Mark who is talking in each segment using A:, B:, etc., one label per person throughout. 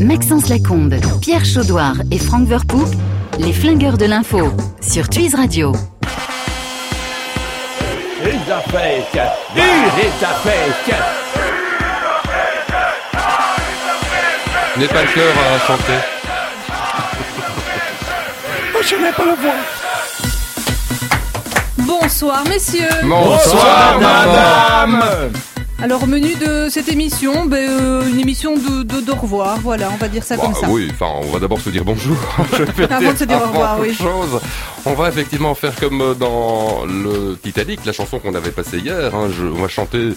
A: Maxence Lacombe, Pierre Chaudoir et Franck Verpoux, les flingueurs de l'info, sur Twiz Radio.
B: Une affaire, quatre. Une affaire, quatre.
C: N'aie pas le cœur à chanter.
D: Bonsoir messieurs
C: Bonsoir, madame
D: Alors au menu de cette émission, ben, euh, une émission de, de, d'au revoir, voilà, on va dire ça comme ça.
C: Bah Oui, enfin, on va d'abord se dire bonjour. Je vais
D: Avant de se dire au revoir,
C: toute
D: oui.
C: chose. On va effectivement faire comme euh, dans le Titanic, la chanson qu'on avait passée hier. hein. Je- on va chanter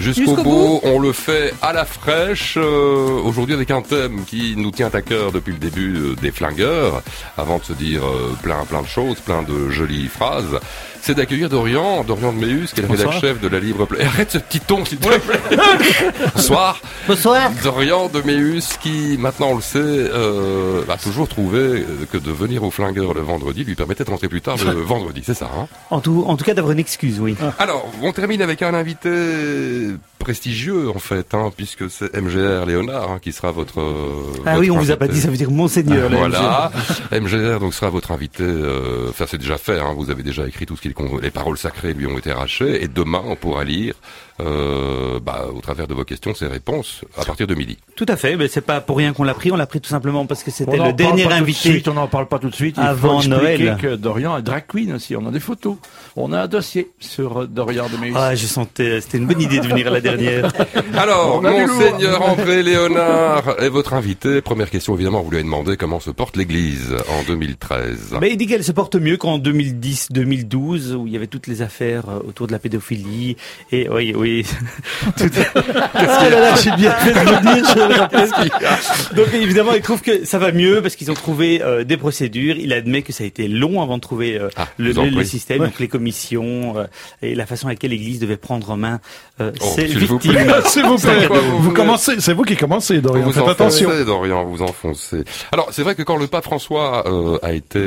C: jusqu'au
D: Jusqu'au
C: bout. On le fait à la fraîche. euh, Aujourd'hui avec un thème qui nous tient à cœur depuis le début euh, des flingueurs. Avant de se dire euh, plein plein de choses, plein de jolies phrases. C'est d'accueillir Dorian, Dorian de Méus, qui est le rédacteur chef de la Libre Play. Arrête ce petit ton, s'il te plaît. Bonsoir.
E: Bonsoir.
C: Dorian de Méus qui, maintenant on le sait, euh, a toujours trouvé euh, que de venir au flingueur le vendredi lui permettait de rentrer plus tard le vendredi, c'est ça. Hein
E: En tout, en tout cas, d'avoir une excuse, oui.
F: Ah.
C: Alors, on termine avec un invité prestigieux en fait, hein, puisque c'est MGR Léonard hein, qui sera votre... euh,
E: Ah
C: votre
E: oui, on vous a pas
C: invité.
E: dit, ça veut dire Monseigneur. là,
C: Voilà, MGR donc sera votre invité. euh, Enfin, c'est déjà fait. Hein, vous avez déjà écrit tout ce qu'il convient. Les paroles sacrées lui ont été arrachées, et demain on pourra lire, euh, bah, au travers de vos questions, ses réponses à partir de midi.
E: monsieur. Tout à fait, mais c'est pas pour rien qu'on l'a pris, on l'a pris tout simplement parce que
F: On
E: c'était
F: n'en
E: le
F: parle
E: dernier
F: pas tout de
E: invité.
F: suite, on n'en parle pas tout de suite. Il
E: avant
F: faut expliquer
E: Noël.
F: que Dorian est drag queen aussi. On a des photos. On a un dossier sur euh, Dorian de Méus.
E: Ah, je sentais, c'était une bonne idée de venir à la dernière.
C: Alors,
F: On a du
C: Monseigneur André Léonard est votre invité. Première question, évidemment, vous lui avez demandé comment se porte l'Église en 2013.
E: Mais il dit qu'elle se porte mieux qu'en 2010-2012, où il y avait toutes les affaires euh, autour de la pédophilie. Et oui, oui. Tout... Ah là là, j'ai bien fait de le dire, je le rappelle. Donc évidemment, il trouve que ça va mieux parce qu'ils ont trouvé euh, des procédures. Il admet que ça a été long avant de trouver euh,
C: Ah,
E: le,
C: vous en
E: le- le
C: prie.
E: système, donc les commissions euh, et la façon à laquelle l'Église devait prendre en main euh,
C: Oh,
E: ses
C: s'il vous
E: victimes.
C: plaît.
G: S'il vous plaît,
C: C'est quoi, vous
G: vous,
C: voulez
G: commencez, c'est vous qui commencez, Dorian.
C: Vous
G: Faites
C: enfoncez,
G: attention.
C: Dorian, vous enfoncez. Alors, c'est vrai que quand le pape François euh, a été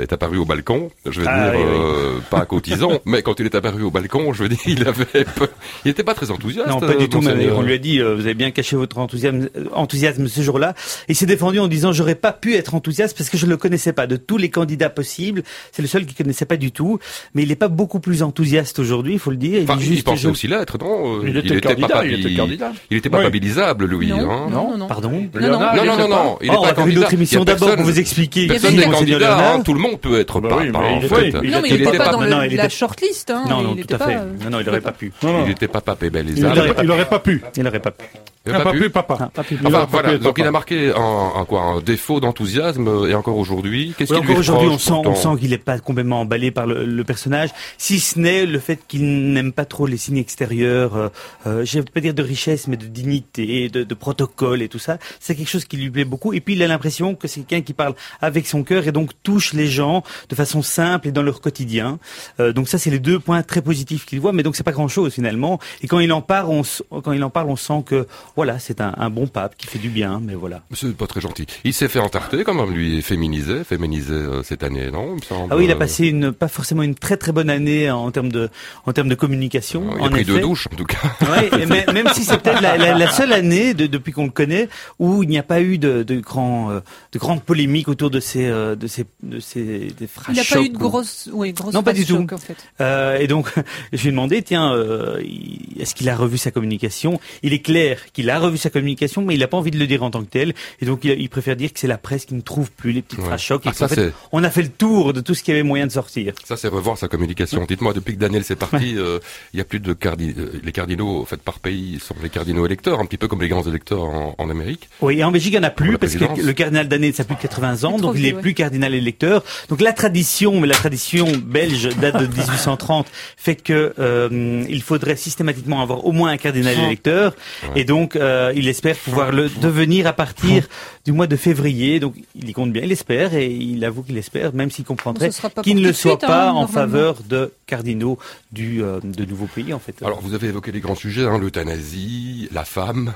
C: est apparu au balcon, je vais
E: Ah,
C: dire
E: oui, oui.
C: euh, pas à cotisant, mais quand il est apparu au balcon, je veux dire, il avait, peu- il était pas très enthousiaste.
E: Non, pas
C: euh,
E: du tout.
C: Monseigneur.
E: mais on lui a dit, euh, vous avez bien caché votre enthousiasme, euh, enthousiasme ce jour-là. Il s'est défendu en disant, j'aurais pas pu être enthousiaste parce que je ne le connaissais pas. De tous les candidats possibles, c'est le seul qu'il connaissait pas du tout. Mais il n'est pas beaucoup plus enthousiaste aujourd'hui, il faut le dire.
C: Enfin,
E: dit
C: il pensait
E: je-
C: aussi l'être, non euh,
F: Il était candidat,
C: papabi-
F: il était candidat.
C: Il était
G: Oui.
C: papabilisable, lui.
D: non,
C: hein.
D: non, non, non.
E: Pardon
D: Non, non.
F: Léonard,
C: Non,
F: il
C: non,
F: était
C: non,
F: pas-
C: non, il est
E: Oh, on
C: pas
E: va faire une
C: candidat.
E: autre
C: Il y
E: émission
C: a
E: d'abord pour
C: personne-
E: vous expliquer.
C: Personne
D: Il y
C: n'est
D: avait-
C: candidat, hein, tout le monde peut être
F: Bah
C: papa,
F: oui, mais
C: en
F: il
C: fait.
F: était-
D: Non, mais il
C: Il
D: n'était
C: était
D: pas,
C: pas-
D: dans le-
E: non, il
D: la
E: était-
D: shortlist. Hein.
E: Non, non,
D: il
E: tout
D: était
E: à
D: pas,
E: fait.
D: euh,
E: Non, non, il n'aurait pas pu.
G: Non, non,
C: Il était pas
G: Il
C: papabilisable.
G: aurait pas- il aurait pas pu.
E: Il n'aurait pas pu.
C: Il
G: Il
C: a
G: aurait
C: pas pu.
G: papa.
E: Ah, pas pu.
G: Il
C: Enfin,
G: aurait pas
C: voilà,
G: pu être
C: donc il
G: papa.
C: a marqué un, un quoi, un défaut d'enthousiasme euh, et encore aujourd'hui. Qu'est-ce
E: Oui,
C: qu'il lui
E: encore aujourd'hui, on
C: reproche
E: sent, on
C: pourtant
E: sent qu'il n'est pas complètement emballé par le, le personnage, si ce n'est le fait qu'il n'aime pas trop les signes extérieurs, euh, euh, je vais pas dire de richesse, mais de dignité, de, de protocole et tout ça. C'est quelque chose qui lui plaît beaucoup. Et puis, il a l'impression que c'est quelqu'un qui parle avec son cœur et donc touche les gens de façon simple et dans leur quotidien. Euh, donc ça, c'est les deux points très positifs qu'il voit, mais donc c'est pas grand-chose finalement. Et quand il en parle, on, s- quand il en parle, on sent que voilà, c'est un, un bon pape qui fait du bien, mais voilà.
C: C'est pas très gentil. Il s'est fait entarter quand même, lui, féminisé, féminisé euh, cette année, non il me semble.
E: Ah oui, il a
C: Euh,
E: passé une pas forcément une très très bonne année en termes de en termes de communication.
C: Ah, Il
E: en
C: a pris
E: effet.
C: deux douches, en tout cas.
E: Ouais, et mais- même si c'est peut-être la, la- la seule année de- depuis qu'on le connaît où il n'y a pas eu de, de grands euh, de grandes polémiques autour de ces euh, de ces de ces des phrases
D: Il n'a pas
E: choc
D: eu de
E: ou-
D: grosse, oui, grosse
E: Non, pas du
D: phase
E: tout.
D: choc, en fait.
E: Euh, et donc je lui ai demandé tiens euh, il- est-ce qu'il a revu sa communication Il est clair qu'il a revu sa communication mais il n'a pas envie de le dire en tant que tel et donc il, il préfère dire que c'est la presse qui ne trouve plus les petites
C: Ouais.
E: phrases choc. et
C: Ah,
E: qu'en
C: ça,
E: fait,
C: c'est-
E: on a fait le tour de tout ce qui avait moyen de sortir.
C: Ça, c'est revoir sa communication. Dites-moi, depuis que Daniel c'est parti, euh, il y a plus de cardi- euh, les cardinaux, en fait, par pays, sont les cardinaux électeurs, un petit peu comme les grands électeurs en, en Amérique.
E: Oui, et en Belgique, il n'y en a
C: Pour
E: plus
C: la
E: parce que
C: présidence.
E: le cardinal d'année, ça a plus de 80 ans,
D: Trop
E: donc il
D: vieux,
E: est
D: ouais.
E: plus cardinal électeur. Donc la tradition, mais la tradition belge date de 1830, fait que euh, il faudrait systématiquement avoir au moins un cardinal
D: Mmh.
E: électeur, et donc euh, il espère pouvoir le devenir à
C: Mmh.
E: partir du mois de février. Donc il y compte bien, il espère, et il avoue qu'il espère, même s'il comprendrait
D: Bon, ce sera pas
E: qu'il
D: pour tout
E: ne le
D: de
E: soit
D: suite, hein,
E: pas en
D: normalement.
E: faveur de cardinaux du euh, de nouveaux pays en fait.
C: Alors, vous avez évoqué les grands sujets, hein, l'euthanasie, la femme,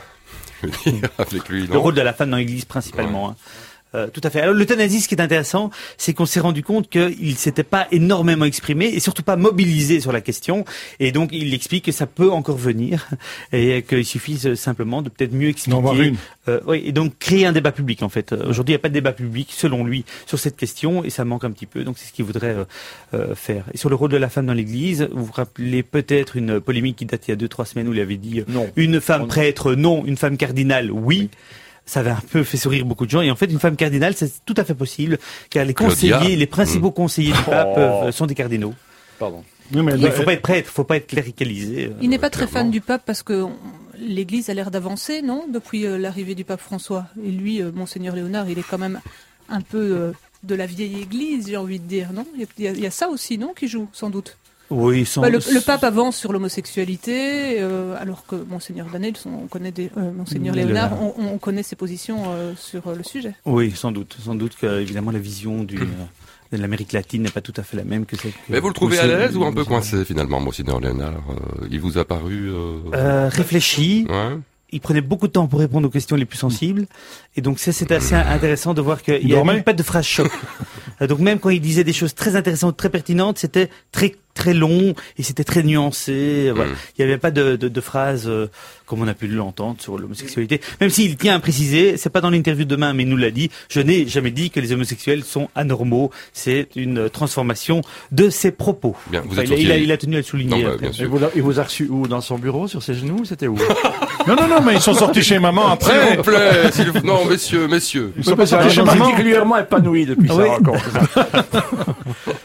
C: je veux dire, avec lui,
E: le
C: non
E: rôle de la femme dans l'Église principalement. hein. Euh, tout à fait. Alors l'euthanasie, ce qui est intéressant, c'est qu'on s'est rendu compte qu'il s'était pas énormément exprimé et surtout pas mobilisé sur la question. Et donc il explique que ça peut encore venir et qu'il suffit euh, simplement de peut-être mieux expliquer.
G: D'en voir une.
E: Euh, oui, et donc créer un débat public en fait. Euh, Aujourd'hui, il n'y a pas de débat public, selon lui, sur cette question et ça manque un petit peu. Donc c'est ce qu'il voudrait euh, euh, faire. Et sur le rôle de la femme dans l'Église, vous vous rappelez peut-être une polémique qui date il y a deux trois semaines où il avait dit euh,
F: Non.
E: une femme
F: On-
E: prêtre, non, une femme cardinale, oui. Ça avait un peu fait sourire beaucoup de gens. Et en fait, une femme cardinale, c'est tout à fait possible, car les conseillers,
C: Claudia.
E: les principaux conseillers du pape
F: Oh.
E: euh, sont des cardinaux.
F: Pardon.
G: Oui, mais
E: Il ne
G: elle-
E: faut pas être prêtre, faut pas être cléricalisé. euh,
D: Il n'est pas très
C: clairement.
D: fan du pape parce que on- l'Église a l'air d'avancer, non Depuis euh, l'arrivée du pape François. Et lui, euh, Monseigneur Léonard, il est quand même un peu euh, de la vieille Église, j'ai envie de dire, non il y, a, il y a- il y a ça aussi, non Qui joue, sans doute.
E: Oui, sans-
D: Bah, le, le pape avance sur l'homosexualité, euh, alors que Monseigneur Danel, son- on connaît des, euh, Monseigneur
E: Léonard.
D: Léonard, on, on connaît ses positions euh, sur euh, le sujet.
E: Oui, sans doute. Sans doute que, évidemment, la vision du, euh, de l'Amérique latine n'est pas tout à fait la même que celle que...
C: Hmm. Mais vous le trouvez à
E: Monsieur-
C: l'aise ou un peu coincé finalement, Monsignor Léonard Euh, Il vous a paru... euh,
E: Euh, réfléchi,
C: ouais
E: il prenait beaucoup de temps pour répondre aux questions les plus sensibles. Et donc ça, c'est assez
C: Euh.
E: intéressant de voir qu'il n'y
G: dormait
E: avait pas de phrase choc. Euh, donc même quand il disait des choses très intéressantes, très pertinentes, c'était très très long et c'était très nuancé. Euh, Voilà.
C: Mm.
E: Il n'y avait pas de, de, de phrase euh, comme on a pu l'entendre sur l'homosexualité. Même s'il tient à préciser, c'est pas dans l'interview de demain, mais il nous l'a dit, je n'ai jamais dit que les homosexuels sont anormaux. C'est une euh, transformation de ses propos.
C: Bien, vous
E: Enfin,
C: êtes
E: il, a,
C: sorti-
E: il a- il a tenu à le souligner.
C: Non, bah,
E: après.
C: bien
F: Et
C: sûr.
F: vous, l'a- il vous a reçu où Dans son bureau Sur ses genoux C'était où
G: Non, non, non, mais ils sont sortis chez maman
C: S'il
G: après.
C: vous plaît, s'il vous... non messieurs, messieurs.
G: Ils sont pas sortis chez maman.
F: particulièrement épanoui depuis
E: Ah oui.
F: ça encore. c'est ça.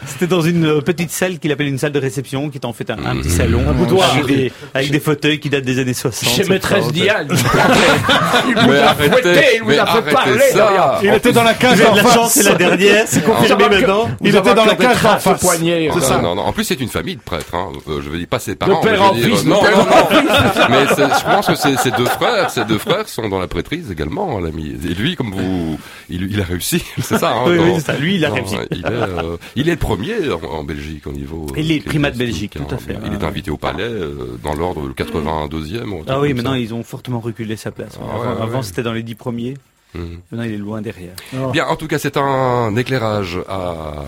E: C'était dans une euh, petite salle qu'il appelle une salle de réception, qui est en fait un, un petit
C: Mmh.
E: salon. Un
F: boudoir.
E: Avec des, avec des fauteuils qui datent des années 60.
F: Chez maîtresse Diane.
C: Mais arrêtez, mais arrêtez ça
G: Il était dans la cage
E: Vous avez
G: d'en
E: de la chance,
G: face.
E: c'est la dernière. C'est confirmé maintenant.
G: Il était dans la cage d'en face.
C: Non,
G: C'est ça.
C: non, non. En plus, c'est une famille de prêtres. Hein. Euh, je veux dire, pas ses parents.
F: père
C: mais je veux
F: en
C: dire,
F: fils,
C: Non,
F: le
C: non,
F: père
C: non. Mais c'est- je pense que c'est- ces deux frères, ces deux frères sont dans la prêtrise également, l'ami. Et lui, comme vous, il, il a réussi. C'est ça. Hein,
E: Oui, oui,
C: dans-
E: c'est ça. Lui, il a
C: Non,
E: réussi.
C: Il est, euh, il est le premier en, en Belgique au niveau. euh,
E: Il est primat de
C: ecclésiastique,
E: Belgique, tout à fait.
C: Il est invité au palais euh, dans l'ordre le 82e. ou un truc
E: Ah oui,
C: comme
E: maintenant
C: ça.
E: ils ont fortement reculé sa place.
C: Ah
E: avant
C: ouais, ouais,
E: avant,
C: ouais.
E: c'était dans les dix premiers.
C: Mhm.
E: Maintenant il est loin derrière.
C: Bien, en tout cas, c'est un éclairage à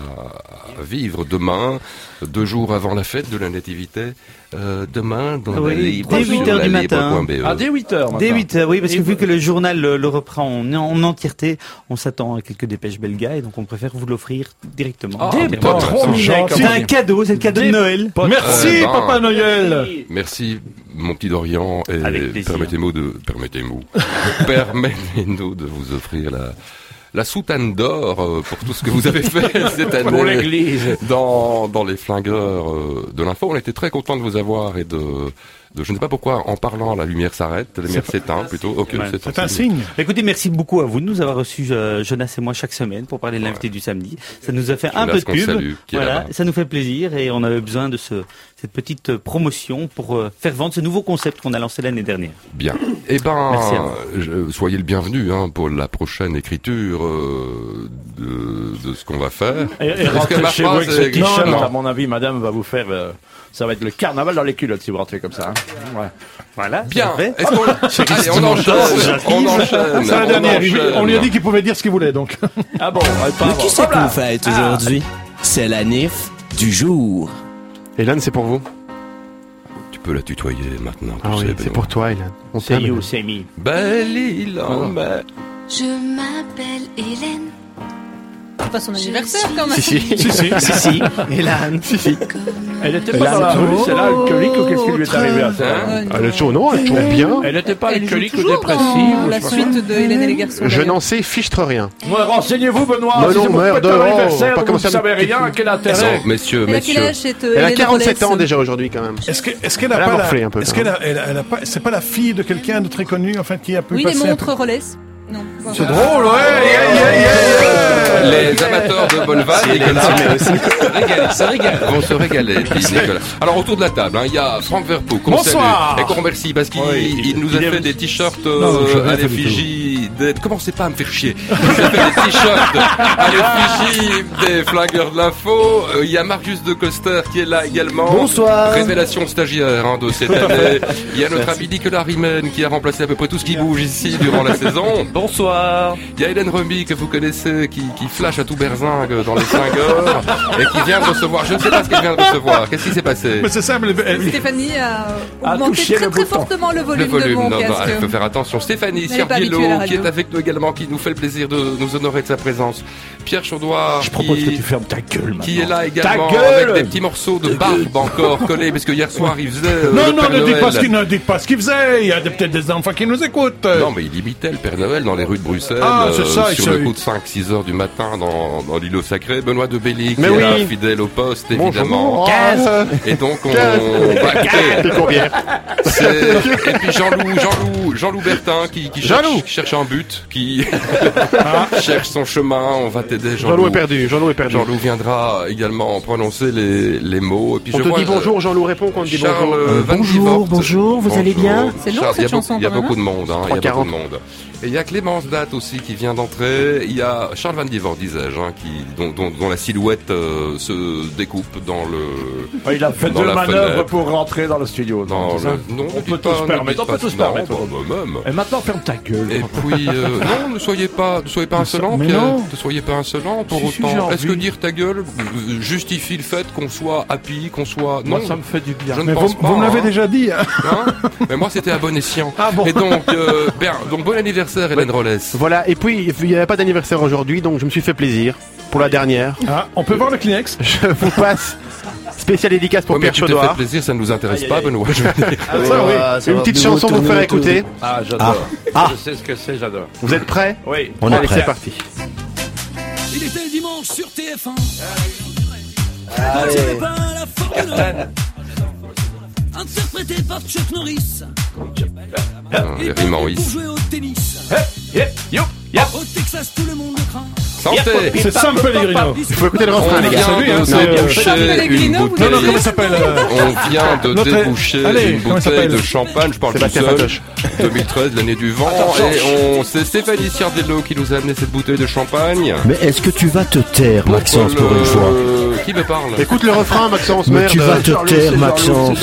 C: à vivre demain, deux jours avant la fête de la Nativité. Euh, demain, dans
E: Ah Oui,
C: la libre,
E: dès
C: sur
E: 8 heures du
C: la libre
E: matin.
C: point E. be.
F: Ah, dès 8 heures.
E: Dès
F: maintenant.
E: 8 heures, oui, parce que
F: Et
E: vu
F: vous-
E: que le journal le, le reprend en, en entièreté, on s'attend à quelques dépêches belga et donc on préfère vous l'offrir directement.
C: Ah,
E: Directement.
C: des
F: Oh,
C: potes.
F: trop mignon,
E: c'est un
F: comme-
E: cadeau, c'est le cadeau de
F: Des-
E: Noël.
G: Merci,
C: Euh, ben.
G: Papa Noël.
C: Merci, mon petit Dorian.
E: Avec
C: Et
E: plaisir.
C: permettez-moi de, permettez-moi, permettez-nous de vous offrir la, la soutane d'or euh, pour tout ce que vous avez fait cette année.
F: Pour l'église.
C: dans, dans les flingueurs euh, de l'info. On était très content de vous avoir et de, de je ne sais pas pourquoi, en parlant, la lumière s'arrête, la lumière s'éteint plutôt. Ok,
E: Ouais,
G: C'est un signe.
E: Bah, Écoutez, merci beaucoup à vous de nous avoir reçus, euh, Jonas et moi, chaque semaine pour parler de l'invité du samedi. Ça nous a fait un
C: Jonas
E: peu de
C: qu'on
E: pub.
C: salue, qui est
E: voilà,
C: là-bas.
E: ça nous fait plaisir et on avait besoin de ce, cette petite euh, promotion pour euh, faire vendre ce nouveau concept qu'on a lancé l'année dernière.
C: Bien. Eh ben,
E: Merci hein. à vous.
C: je- soyez le bienvenu hein, pour la prochaine écriture euh, de, de ce qu'on va faire.
F: Et, et
C: Est-ce que
F: rentrez
C: ma
F: chez vous avec
C: phrase euh,
F: ce
C: est-
F: t-shirt,
C: Non, non.
F: à mon avis, madame va vous faire... euh, ça va être le carnaval dans les culottes si vous rentrez comme ça. hein. Ouais.
E: Voilà.
C: Bien.
E: parfait.
C: Est-ce qu'on- Allez, on enchaîne. On enchaîne.
G: C'est la
C: on
G: dernière. Il-
C: enchaîne.
G: On lui a dit qu'il pouvait dire ce qu'il voulait, donc.
F: Ah bon, elle part
H: Mais qui c'est qu'on
F: Ah.
H: fête aujourd'hui? C'est la NIF du jour.
I: Hélène, c'est pour vous.
C: Tu peux la tutoyer maintenant.
I: Ah
C: tu
I: oui,
C: sais,
I: c'est
C: Benoît.
I: pour toi, Hélène. On
F: C'est
I: t'aime.
F: you, c'est me.
C: Belle île en mer.
J: Je m'appelle Hélène.
D: C'est pas son anniversaire quand même.
I: si, si.
E: Si, si. Et là,
F: Elle était pas dans la rue, c'est là alcoolique ou qu'est-ce qui lui est arrivé à ça
D: Euh,
I: Elle est toujours, non, elle est toujours bien.
F: Elle n'était pas
D: Elle joue
F: alcoolique ou
D: toujours
F: dépressive
D: dans
F: ou
D: La
F: je sais pas.
D: suite de Hélène et les garçons.
I: Je
D: d'ailleurs.
I: n'en sais fichtre rien.
F: Moi, renseignez-vous, Benoît.
I: Mais
F: Ah, si
I: non,
F: c'est pour
I: merde,
F: fêter
I: oh,
F: l'anniversaire,
I: pas
F: vous
I: comme
F: ne
I: ça, mais-
F: savez rien, quel intérêt
C: Attends, messieurs,
D: Elle a quel
C: messieurs.
D: âge cette
I: Elle a
D: Hélène
I: 47 ans
D: Rollins
I: déjà aujourd'hui, quand même.
G: Est-ce que, est-ce qu'elle a
I: Elle a
G: pas
I: morflé un peu, hein.
G: est-ce
I: quand
G: qu'elle a, elle, elle a pas, c'est pas la fille de quelqu'un de très connu, en fait, qui a pu
D: Oui, les
G: passer un
D: montres Rolex. Non.
G: peu- C'est drôle, ouais, yeah, yeah, yeah, yeah.
C: Les amateurs de Bolval, Nicolas,
B: Ça régale.
C: vont se régaler, dit Nicolas. Alors, autour de la table, hein, il y a Franck Verpoux, qu'on
G: Bonsoir.
C: salue et qu'on remercie parce qu'il
F: Oui,
C: il nous a fait des t-shirts euh,
G: Non, je vais
C: à
G: rien faire du
C: l'effigie Fifi, des- commencez pas à me faire chier. Je fais des t-shirts à
B: Ah,
C: l'effigie des flingueurs de l'info. Euh, Il y a Marius de Coster qui est là également.
H: Bonsoir.
C: Révélation stagiaire hein, de cette année. Il y a notre ami Nicolas Riemann qui a remplacé à peu près tout ce qui bouge ici durant la saison.
E: Bonsoir.
C: Il y a Hélène Remy que vous connaissez, qui, qui flash à tout berzingue dans les flingueurs et qui vient de recevoir, je ne sais pas ce qu'elle vient de recevoir, qu'est-ce qui s'est passé
G: Mais c'est simple. elle- elle-
D: Stéphanie a
G: A
D: augmenté
G: touché
D: très
G: le
D: très
G: bouton.
D: fortement le
C: Le
D: volume, de
C: volume,
D: mon
C: non, non,
D: casque.
C: il faut faire attention. Stéphanie
D: Elle est pas
C: Cerbiello,
D: habituée à la
C: qui
D: radio.
C: est avec nous également, qui nous fait le plaisir de nous honorer de sa présence. Pierre Chaudouard,
F: Je propose que
C: qui,
F: tu fermes ta gueule maintenant.
C: qui est là également,
G: gueule
C: avec des petits morceaux de barbe encore collés, parce que hier soir, il faisait euh,
G: Non,
C: le
G: non,
C: Père
G: ne dites, pas
C: Noël.
G: ce qu'il, ne dites pas ce qu'il faisait. Il y a des- peut-être des enfants qui nous écoutent.
C: Non, mais il imitait le Père Noël dans les rues de Bruxelles, euh,
G: Ah, c'est ça, il
C: sur le
G: s'est-
C: coup de 5-6 heures du matin dans, dans l'îlot sacré. Benoît de Belli, qui
I: Mais
C: est
I: oui.
C: là, fidèle au poste, évidemment.
I: Bonjour. Ah,
C: Et donc, on,
I: Quinze.
C: on va
I: euh,
C: écouter.
I: t'es combien
C: C'est- Et puis Jean-Loup, Jean-Loup, Jean-Loup Bertin qui, qui cherche,
I: Jean-Loup. Ah.
C: qui cherche un but, qui cherche son chemin. On va t'aider,
I: Jean-Loup
C: Jean-Loup.
I: est perdu. Jean-Loup est perdu.
C: Jean-Loup viendra également prononcer les, les mots. Et puis
I: On
C: je
I: te
C: vois,
I: dit bonjour, Jean-Loup répond quand on
C: euh,
I: te dit
C: Charles
I: bonjour.
C: euh, Van
H: bonjour,
C: Divort.
H: bonjour, vous allez bien
D: C'est long,
C: Charles, il y a
D: cette
C: beaucoup-
D: chanson,
C: Il y a
D: quand même,
C: beaucoup de monde, hein, il y
I: 3,40.
C: a beaucoup de monde. Et il y a Clémence Date aussi qui vient d'entrer. Il y a Charles Van Divort, disais-je, hein, qui dont, dont- dont la silhouette euh, se découpe dans le
F: Ah, Il a fait
C: Dans
F: deux
C: la
F: manœuvres
C: fenêtre.
F: pour rentrer dans le studio. non,
C: dans
F: c'est ça
C: le. Non,
F: On
C: ne
F: peut
C: dites pas-
F: tous se
C: ne
F: permettre.
C: dites
F: On peut
C: pas-
F: tous se
C: non,
F: permettre.
C: bah, bah, même.
F: Et maintenant, ferme ta gueule.
C: Et puis, euh, non, ne soyez pas, ne soyez pas insolent,
F: Mais
C: Pierre.
F: non.
C: Ne soyez pas insolent pour
F: Si, si, j'ai
C: autant.
F: envie.
C: Est-ce que dire ta gueule euh, justifie le fait qu'on soit happy, qu'on soit non
F: Moi, ça me fait du bien.
C: Je ne
G: Mais vous,
C: pense pas.
G: vous me l'avez
C: hein.
G: déjà dit. hein.
C: Hein Mais moi, c'était à bon escient.
G: Ah bon
C: Et donc, euh, ben, donc bon anniversaire, Hélène Rollès.
I: hein. Voilà, et puis il n'y avait pas d'anniversaire aujourd'hui, donc je me suis fait plaisir pour la dernière.
G: Ah, on peut voir le Kleenex
I: Je vous passe spéciale dédicace pour
C: Ouais, mais
I: Pierre
C: tu t'es fait
I: Chaudoir.
C: plaisir, ça ne nous intéresse pas, Benoît. je veux dire.
I: Ah, ça, oui.
H: Ah, ça
I: Une
H: va
I: petite
H: nous
I: chanson pour
H: retourner
I: faire
H: le tour.
I: écouter.
F: Ah, j'adore. Je sais ce que c'est, j'adore.
I: Vous êtes prêts
F: Oui.
H: On est
I: Allez, c'est
H: prêt.
I: parti.
B: Il était dimanche sur TF1.
H: Allez.
B: Pas la Formule 1. Interprété par Chuck Norris.
C: Hein, Les rimes en
B: Pour
C: is.
B: jouer au tennis. Au Texas, tout le monde le craint.
C: Santé
G: C'est Sam Pellegrino.
I: Il faut écouter le refrain,
C: on
I: les gars.
C: vient
G: Salut, hein, c'est,
C: de
G: euh,
D: Charles
C: déboucher une
D: Pellegrino, vous
G: Non, non,
C: bouteille.
G: comment ça s'appelle euh,
C: On vient de
G: Notre-
C: déboucher
G: Allez,
C: une
G: comment il
C: bouteille
G: s'appelle
C: de champagne, je parle tout
I: Sébastien
C: seul,
I: Patoche.
C: 2013, l'année du vent, et on, c'est Stéphanie Ciardello qui nous a amené cette bouteille de champagne.
H: Mais est-ce que tu vas te taire, Maxence, pour une fois
C: Euh, Qui me parle
I: Écoute le refrain, Maxence,
H: Mais
I: merde.
H: tu vas te taire, Maxence.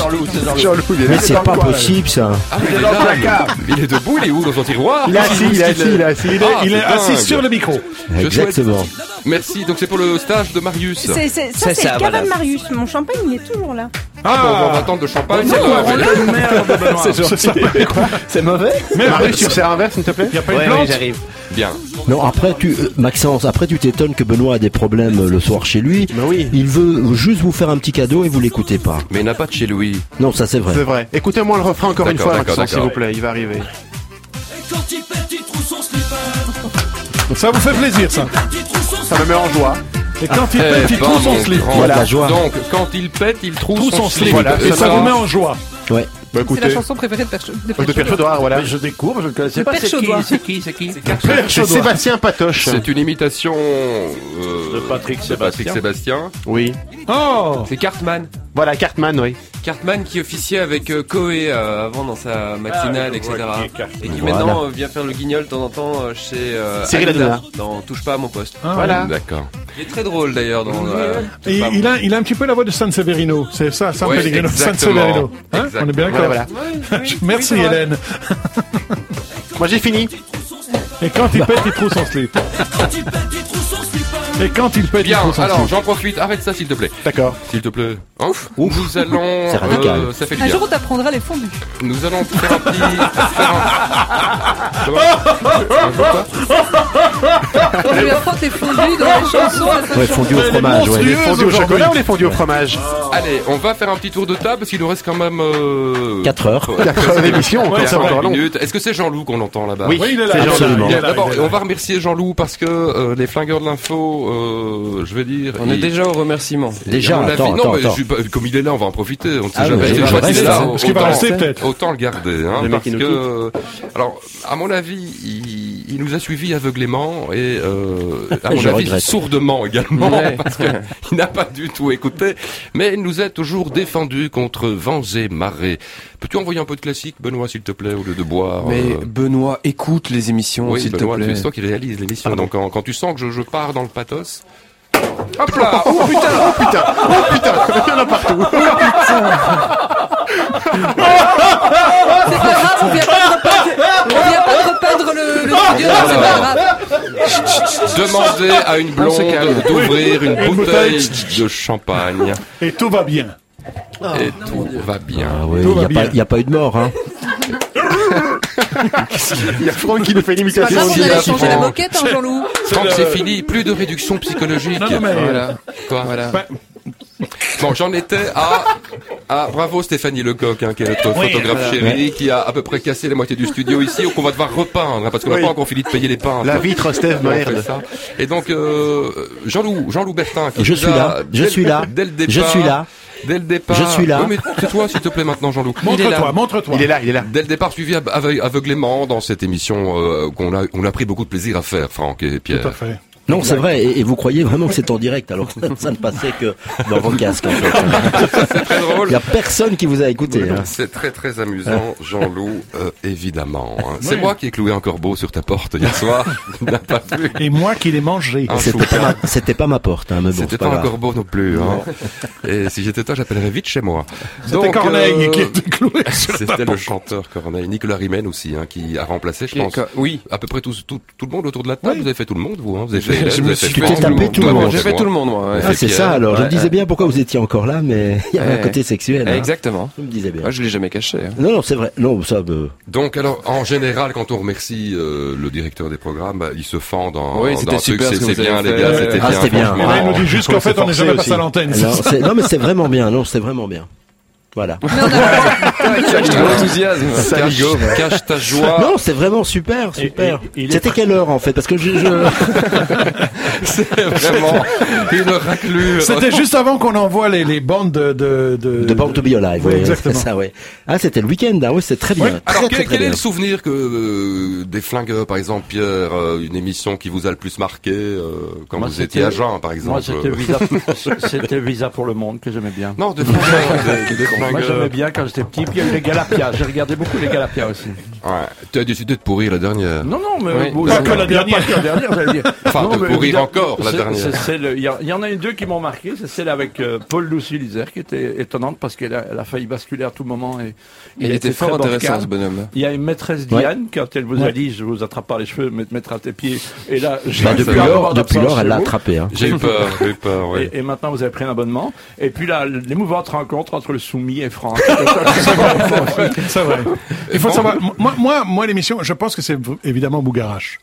I: Jean-Loup, il est
H: Mais
I: là.
H: c'est pas possible, ça.
C: Ah, mais il est là, il est debout, il est où dans son tiroir
I: Il est assis, il est assis, il est assis.
G: Il est,
C: Ah,
G: il est
C: c'est
G: assis
C: dingue.
G: sur le micro.
C: Je
H: Exactement.
C: Merci, donc c'est pour le stage de Marius.
K: C'est- c'est-
H: C'est
K: Ça, c'est
H: ça,
K: le cabane
H: voilà.
K: Marius. Mon champagne, il est toujours là.
C: Ah, bon, on va
G: Ah,
C: attendre le
K: Oh,
C: champagne. c'est bon, allez.
H: C'est gentil. C'est mauvais
I: Marius, tu me sers un verre, s'il te plaît
G: il n'y a pas une
H: Ouais,
G: plante
H: j'arrive.
C: Bien.
H: Non, après, tu, euh, Maxence, après, tu t'étonnes que Benoît a des problèmes euh, le soir chez lui.
I: Bah oui.
H: Il veut juste vous faire un petit cadeau et vous l'écoutez pas.
C: Mais il n'a pas de chez lui.
H: Non, ça, c'est vrai.
I: C'est vrai. Écoutez-moi le refrain encore une
C: D'accord,
I: fois,
C: d'accord,
I: Maxence, s'il
C: d'accord.
I: vous plaît. Il va arriver.
B: Et quand il pète, il trouve son slipper.
G: Ça vous fait plaisir, ça.
B: Il trouve son
I: Ça me met en joie.
G: Et quand il
C: Eh
G: pète, il
C: ben,
G: trouve son
C: mon
G: slip.
C: grand.
H: Voilà. La joie.
C: Donc, quand il pète, il trouve,
G: Trouve son slip. Et ça vous met en joie.
H: Ouais.
I: Bah
D: C'est la
I: écoutez,
D: chanson préférée de Perche- de
I: de Pierre
D: Perche-
I: Chaudoir, voilà.
F: Je découvre, je ne connaissais
D: Le
F: pas.
D: père
F: C'est qui,
D: Chaudoir.
F: c'est qui, c'est qui
I: C'est Sébastien Patoche.
C: C'est une imitation euh,
F: De Patrick
C: de Patrick
F: Sébastien.
C: Sébastien.
I: Oui.
G: Oh
B: C'est Cartman.
I: Voilà, Cartman, oui.
B: Cartman qui officiait avec euh, Coé euh, avant dans sa matinale,
F: Ah, je
B: etc.
F: vois qui est Cartman.
B: Et qui
H: Voilà.
B: maintenant euh, vient faire le guignol de temps en temps euh, chez euh,
I: Cyril
B: Hanouna,
I: Hanouna.
B: dans Touche pas à mon poste.
I: Voilà.
C: D'accord.
B: Il est très drôle d'ailleurs dans. euh, Touche
G: Et
B: pas à mon
G: il a, il a un petit peu la voix de San Severino. C'est ça, San
C: Ouais,
G: Pellegrino. San
C: exactement.
G: Severino. Hein On est bien
I: Voilà,
G: d'accord.
I: voilà.
G: Merci, Hélène.
I: Moi, j'ai fini.
G: Et quand il pète, il trouve son slip. Et quand il pète, il
C: Bien,
G: trouve son
C: alors
G: slip.
C: j'en profite, arrête ça s'il te plaît.
I: D'accord.
C: S'il te plaît. Hein Nous allons.
H: C'est radical.
C: euh, ça fait du
D: Un
C: bien.
D: jour, on t'apprendra les fondus.
C: Nous allons faire un petit. faire un- Ça va Un jour, quoi
D: On lui apprend les fondus dans les chansons. à sa
H: Ouais,
D: chanson.
H: fondu au fromage, ouais.
G: Monstrueuse
I: Les fondus au
G: aujourd'hui.
I: chocolat ou les fondus au fromage
C: Allez, on va faire un petit tour de table parce qu'il nous reste quand même. Euh...
H: 4 heures.
C: Ouais,
I: Quatre heures d'émission, encore,
C: quatre
I: c'est
C: heures
I: encore long.
C: minutes. Est-ce que c'est Jean-Loup qu'on entend là-bas
I: Oui,
G: Oui, il est là.
I: c'est
G: Jean-Loup.
H: Absolument.
G: Il est là,
C: D'abord,
G: il est là.
C: on va remercier Jean-Loup parce que euh, les flingueurs de l'info, euh, je vais dire.
B: On est
C: ils-
B: déjà au remerciement.
H: Déjà,
C: à mon avis-
H: attends,
C: non,
H: attends,
C: mais
H: attends.
C: je suis pas- comme il est là, on va en profiter. On ne sait
H: Ah,
C: jamais.
H: mais
C: Et
H: il
C: une
H: va
C: fois qu'il
H: rester,
C: est là,
H: hein.
C: autant-
G: Parce qu'il va rester peut-être.
C: hein, Autant le garder, hein,
I: Le mec,
C: parce
I: il nous
C: que. Alors, à mon avis, il, il nous a suivis aveuglément et euh, à mon
H: Je
C: avis
H: regrette.
C: sourdement également
H: Ouais.
C: parce qu'il n'a pas du tout écouté. Mais il nous a toujours défendu contre vents et marées. Peux-tu envoyer un peu de classique, Benoît, s'il te plaît, au lieu de boire
L: Mais
C: euh,
L: Benoît, écoute les émissions,
C: Oui,
L: s'il te
C: Benoît,
L: plaît.
C: c'est toi qui réalise l'émission. Donc quand, quand tu sens que je, je pars dans le pathos.
I: Hop là Oh putain Oh putain Oh putain Il y en a partout
B: Oh, C'est pas grave, on vient pas de repeindre, on vient pas de repeindre le, le studio,
C: Voilà.
B: c'est pas grave.
C: Demandez à une blonde
G: On se calme.
C: d'ouvrir une
G: Une
C: bouteille
G: bouteille.
C: de champagne
G: Et tout va bien.
C: et tout va bien.
H: Ah oui,
G: Tout va
H: il
G: bien.
H: n'y a, pas eu de mort. Hein.
I: Il y a Franck qui nous fait une
D: C'est pas
I: imitation.
D: grave, on allait
C: là,
D: changer la
C: Franck.
D: moquette, hein, Jean-Loup.
C: Franck,
G: C'est
C: c'est
G: le-
C: fini, plus de réduction psychologique.
G: Non, non, mais-
C: Voilà. Quoi
G: Bah-
C: Bon, j'en étais à, à bravo Stéphanie Lecoq, hein, qui est notre
G: Oui,
C: photographe
G: voilà.
C: chérie, qui a à peu près cassé la moitié du studio ici, ou qu'on va devoir repeindre, hein, parce qu'on n'a
I: Oui.
C: pas encore fini de payer les peintres.
I: La vitre, Steve,
C: On fait
I: merde.
C: ça. Et donc euh, Jean-Loup, Jean-Loup Bertin, qui
H: Je
C: nous
H: suis
C: a,
H: là, je
C: dès-
H: suis là,
C: dès le
H: je
C: départ,
H: suis là.
C: dès le départ,
H: Je suis là.
C: Oui, mais tais-toi s'il te plaît maintenant, Jean-Loup. Il est là.
G: Montre-toi, montre-toi.
I: Il est là, il est là.
C: Dès le départ, suivi ave- ave- aveuglément dans cette émission euh, qu'on a, on a pris beaucoup de plaisir à faire, Franck et
G: Tout à
C: Pierre.
G: fait.
H: Non, c'est vrai. Et, et vous croyez vraiment que c'est en direct alors ça ne passait que dans vos casques. En fait.
C: C'est très
H: Il
C: drôle.
H: n'y a personne qui vous a écouté. hein.
C: C'est très très amusant, Jean-Loup, euh, évidemment. hein. C'est
G: Oui.
C: moi qui ai cloué un corbeau sur ta porte hier soir. Tu n'as pas vu.
G: Et moi qui l'ai mangé.
C: Un
H: C'était pas,
C: choucas.
H: ma, c'était pas ma porte, hein, mais bon,
C: C'était
H: c'est
C: pas,
H: pas
C: un
H: grave.
C: corbeau non plus. hein. Et si j'étais toi, j'appellerais vite chez moi.
G: C'était
C: Donc,
G: Corneille
C: euh,
G: qui était cloué sur ta
C: C'était le
G: porte.
C: chanteur Corneille, Nicolas Rimen aussi, hein, qui a remplacé, je
L: Qui est
C: pense,
L: co- oui.
C: à peu près tout, tout, tout le monde autour de la table.
G: Oui.
C: Vous avez fait tout le monde, vous. Hein. Vous avez fait. Hélène,
L: Je
C: vous
L: me
C: avez
L: suis
C: fait
H: fait
C: Franck,
H: taper tout le
C: Vraiment,
H: monde.
C: j'ai fait tout le monde.
L: monde, moi. ouais.
C: Ouais.
H: Ah, c'est
C: Pierre.
H: ça alors. Je
L: Ouais,
H: me disais
L: ouais.
H: bien pourquoi vous étiez encore là, mais il y avait un
L: Ouais.
H: côté sexuel. hein.
L: Exactement.
H: Je me disais bien.
L: Moi, je l'ai jamais caché. hein.
H: Non, non, c'est vrai. Non, ça. euh,
C: Donc alors en général quand on remercie euh, le directeur des programmes, bah, il se fend dans
L: Oui,
C: dans
L: c'était
C: un truc,
L: super
C: bah, c'est
L: ce que
C: c'est
L: vous
C: bien
L: avez
C: les
L: fait.
C: gars,
L: Ouais,
C: c'était
H: ah,
C: bien.
H: c'était bien. Ah,
G: Et
C: franchement.
G: là, il nous dit juste qu'en fait, on n'est jamais passé à l'antenne.
H: alors, c'est- non, mais c'est vraiment bien. Non, c'est vraiment bien. Voilà.
L: L'enthousiasme.
C: Cache, cache ta joie.
H: Non, c'est vraiment super, super.
E: et- il est
H: C'était quelle heure en fait Parce que je, je-
C: C'est vraiment une raclure.
G: C'était juste avant qu'on envoie les, les bandes de... De, de,
H: de Born to Be Alive.
G: Oui,
H: ouais,
G: exactement.
H: c'est ça, ouais. Ah, c'était le week-end. Hein, oui, c'est très bien.
G: Oui.
H: Très,
C: Alors
H: très, très
C: quel, quel est
H: bien.
C: le souvenir que euh, des flingueurs par exemple Pierre, euh, une émission qui vous a le plus marqué euh, quand
F: Moi,
C: vous
F: c'était-
C: étiez agent par exemple euh,
F: Moi, c'était visa, c'était visa pour le monde que j'aimais bien.
C: Non, de flingueurs, des- des
F: Moi, j'aimais
C: flingueurs.
F: bien quand j'étais petit. Puis il y a eu les Galapia. J'ai regardé beaucoup les Galapia aussi.
C: Ouais. Tu as décidé de pourrir la dernière.
F: Non, non, mais
C: Oui,
F: bon,
C: pas
F: c'est-
G: que la
F: il y a
G: dernière.
F: pas que la dernière, j'allais dire.
C: Enfin, de
F: mais
C: pourrir
F: évidemment,
C: encore la
F: c'est-
C: dernière.
F: c'est celle- Il y, a- il y en a une deux qui m'ont marqué. C'est celle avec euh, Paul Lucie Lizer qui était étonnante parce qu'elle a, elle a failli basculer à tout moment. Et,
L: Il était fort
F: très
L: intéressant,
F: bancal.
L: ce bonhomme.
F: Il y a une maîtresse
H: Ouais.
F: Diane quand elle vous a
G: Ouais.
F: dit je vous attrape par les cheveux, me te mettre à tes pieds. Et là, j'ai
H: Bah,
F: fait
H: depuis
F: un
H: lors,
F: moment
H: depuis
F: d'absence
H: lors, elle
F: chez
H: l'a
F: vous.
H: attrapé. Hein.
C: J'ai eu peur, j'ai eu peur, ouais.
F: Et, et maintenant, vous avez pris un abonnement. Et puis là, l'émouvante rencontre entre le soumis et Franck.
G: C'est vrai. Il faut savoir, moi, moi, moi l'émission, je pense que c'est évidemment Bougarache.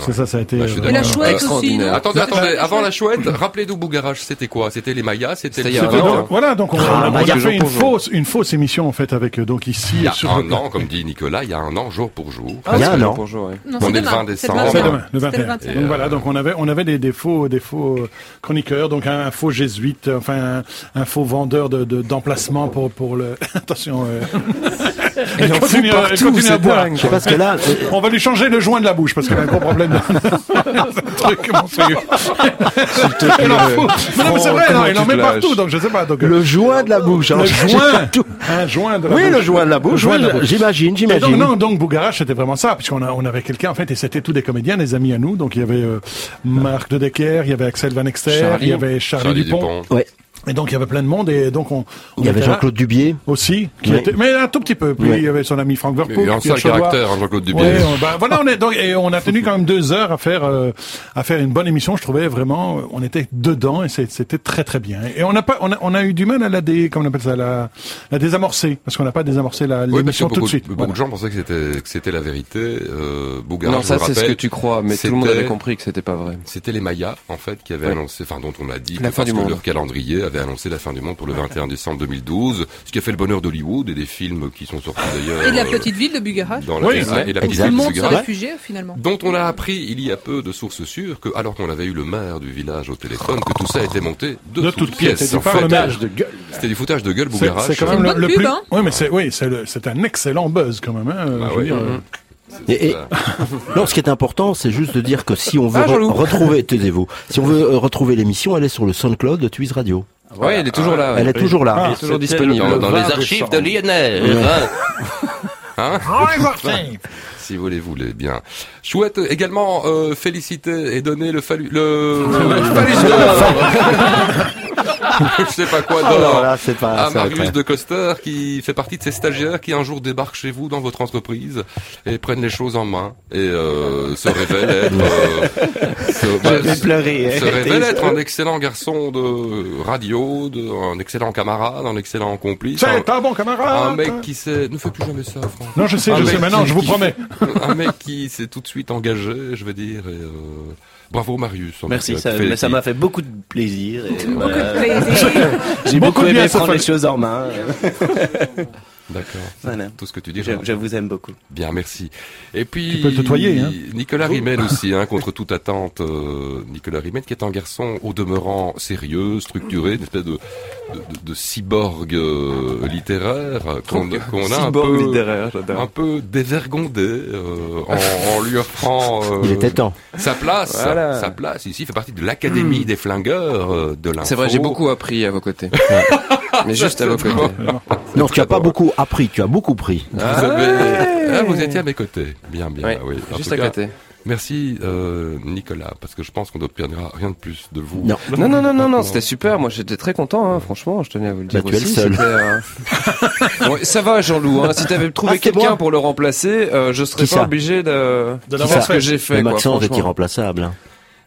G: C'est ça, ça a été...
C: Bah, je suis
G: euh, Bah,
D: Et la
C: d'accord.
D: chouette aussi,
L: Extraordinaire.
D: non
C: Attendez, attendez, avant Bah, la chouette, rappelez-nous Bougarache, c'était quoi C'était les Mayas, c'était
L: C'était
C: le
L: il y a
G: C'était
L: Ah,
G: donc-
L: ouais.
G: voilà, donc on,
H: Ah,
G: on
H: bah, il y a
G: a fait
H: jour
G: une
H: pour jour.
G: fausse, une fausse émission en fait avec euh, donc ici
C: Il y a
G: sur Ah,
C: un an, comme dit Nicolas, il y a un an jour pour jour.
H: Il y a un an.
L: Bonjour, ouais.
D: Non,
C: On
D: c'est
C: est le
D: demain,
C: 20
D: c'est demain.
C: décembre.
G: C'est demain, le
D: C'était
G: 21.
D: le 21.
G: Donc voilà, donc on avait on avait des, des faux des faux euh, chroniqueurs, donc un, un faux jésuite, euh, enfin un, un faux vendeur de de- d'emplacements pour pour le attention. euh, elle
L: en
G: continue,
L: fout
G: à- elle
L: partout,
G: continue à
L: c'est
G: boire.
L: dingue.
H: Parce que là, euh,
G: On va lui changer le joint de la bouche parce qu'elle a un gros problème. De... C'est un truc monstrueux. Elle
C: euh,
G: en fout. Mais non, mais c'est vrai,
L: Franck,
G: non, il en
L: Oh, comment tu
G: met
L: te
G: partout,
L: lâches
G: donc je sais pas. Donc, euh,
H: le joint de la bouche. hein.
G: le joint,
H: Tout.
G: un joint de la
H: Oui,
G: bouche.
H: le joint de la
G: Le
H: bouche.
G: joint
H: oui,
G: de la
H: le-
G: bouche.
H: J'imagine,
G: Et donc,
H: j'imagine.
G: non, donc Bougarache, c'était vraiment ça, puisqu'on a, on avait quelqu'un, en fait, et c'était tous des comédiens, des amis à nous. Donc, il y avait euh, Marc de Decker, il y avait Axel Van Exter,
L: Charlie.
G: il y avait Charlie,
C: Charlie
G: Dupont.
C: Dupont.
H: Ouais.
G: Et donc, il y avait plein de monde, et donc, on, on
H: Il y avait
G: était là
H: Jean-Claude Dubier.
G: aussi, qui
H: Ouais.
G: était, mais un tout petit peu. Puis,
H: Ouais.
G: il y avait son ami Franck Verpoux.
C: Il y a un
G: Pierre
C: sale
G: Chaudoir.
C: caractère, hein, Jean-Claude Dubier.
G: Ouais, on- bah, voilà, on est, donc, et on a tenu quand même deux heures à faire, euh, à faire une bonne émission. Je trouvais vraiment, euh, on était dedans et c'est- c'était très très bien. Et on a pas, on a, on a eu du mal à la dé, comment on appelle ça, la, la désamorcer, parce qu'on n'a pas désamorcé la-
C: Oui, parce que
G: l'émission
C: beaucoup,
G: tout de suite.
C: beaucoup
G: Voilà.
C: de gens pensaient que c'était que c'était la vérité. Euh, Bougarache,
L: Non, ça,
C: je vous
L: c'est ce que
C: rappelle,
L: tu crois, mais tout le monde
C: c'était-
L: avait compris que c'était pas vrai.
C: C'était les Mayas, en fait, qui avaient
L: Ouais.
C: annoncé, enfin, dont on a dit
L: La
C: que,
L: fin
C: parce
L: du
C: que
L: monde.
C: leur calendrier avait annoncé la fin du monde pour le 21 décembre 2012, ce qui a fait le bonheur d'Hollywood et des films qui sont sortis d'ailleurs.
D: Ah. Et de la
C: euh,
D: petite ville de Bugarach,
C: dans la,
G: Oui,
C: et la- et
H: ouais.
C: la
D: tout
C: petite
D: le
C: ville de
D: monde se
C: Bugarach.
D: réfugiait finalement.
C: dont on a appris il y a peu de sources sûres que, alors qu'on avait eu le maire du village au téléphone, que tout ça était monté de,
G: De toutes pièces,
C: pièces.
G: c'était
C: en
G: pas
C: fait.
G: le maire.
F: de gueule.
C: C'était du foutage de gueule,
G: C'est
C: Bougarache.
G: c'est quand
D: C'est
G: même
D: une
G: le,
D: bonne
G: le
D: pub,
G: plus.
D: hein.
G: Oui, mais c'est oui, c'est le- c'est un excellent buzz quand même. Hein, euh,
C: Bah
G: je veux
C: ouais.
G: dire, euh,
H: Et, et- non, ce qui est important, c'est juste de dire que si on veut
L: Ah,
H: re-
L: Jean-Loup.
H: retrouver, taisez-vous, si on veut euh, retrouver l'émission, elle est sur le SoundCloud de Twiz Radio.
L: Ouais, elle est toujours là.
H: Elle est toujours là.
L: Elle est toujours disponible. Dans, dans les archives de Lionel.
H: Ouais.
C: Hein
L: Dans les archives.
C: Si vous les voulez bien. Je souhaite également euh, féliciter et donner le fallu le, le phallus d'or. Je sais pas quoi
H: Oh là
C: d'or.
H: là, c'est pas-
C: à
H: c'est
C: Marius
H: incroyable.
C: de Coster qui fait partie de ces stagiaires qui un jour débarquent chez vous dans votre entreprise et prennent les choses en main et euh, se révèlent être euh, se,
E: Je vais
C: se-
E: pleurer,
C: se
E: hein.
C: révèlent être un excellent garçon de radio, de, un excellent camarade, un excellent complice.
G: C'est un bon camarade.
C: Un mec qui sait, ne fais plus jamais ça, Franck.
G: Non, je sais,
C: Un
G: je
C: mec
G: sais maintenant,
C: qui-
G: je vous
C: qui-
G: promets.
C: Un mec qui s'est tout de suite engagé, je vais dire. et, euh, bravo Marius. en
M: Merci,
C: tout cas,
M: ça,
C: tu fais-
M: mais ça m'a fait beaucoup de plaisir. et voilà.
C: plaisir.
M: Euh, bah, J'ai
C: Beaucoup
M: beaucoup
C: de bien,
M: aimé
C: ça
M: prendre
C: fait-
M: les choses en main.
C: D'accord.
M: Voilà.
C: Tout ce que tu dis.
M: Je, je vous aime beaucoup.
C: Bien, merci. Et puis,
M: Tu peux le tutoyer, hein.
C: Nicolas
M: Bonjour.
C: Rimel aussi, hein, contre toute attente. euh, Nicolas Rimel, qui est un garçon au demeurant sérieux, structuré, une espèce de, de, de- de cyborg euh, littéraire euh, qu'on qu'on a un
L: Cyborg
C: peu,
L: littéraire, j'adore.
C: un peu dévergondé euh, en, en lui offrant euh,
H: Il était temps.
C: sa place.
L: Voilà.
C: Sa place ici il fait partie de l'Académie
M: Hmm.
C: des flingueurs euh, de l'info.
L: C'est vrai, j'ai beaucoup appris à vos côtés. Mais juste à vos côtés.
H: Non, tu as pas beaucoup appris, tu as beaucoup pris.
C: Ah, Vous, avez- Ah, vous étiez à mes côtés. Bien, bien.
L: Ah Ouais,
C: oui. En
L: juste
C: tout
L: à
C: cas,
L: côté.
C: Merci euh, Nicolas, parce que je pense qu'on n'obtiendra rien de plus de vous.
H: Non.
L: Non, non, non, non, non, c'était super. Moi, j'étais très content, hein, franchement. Je tenais à vous le dire
C: Bah, tu es le
L: aussi,
C: seul.
L: c'était, euh, Ouais, ça va, Jean-Loup. Hein. Si t'avais trouvé
H: Ah, c'est
L: quelqu'un
H: moi
L: pour le remplacer, euh, je serais
H: Qui
L: pas
H: ça
L: obligé de,
H: Qui
L: de faire
H: ça
L: ce que j'ai fait.
H: Le
L: quoi,
H: Maxence est
L: franchement.
H: irremplaçable. hein.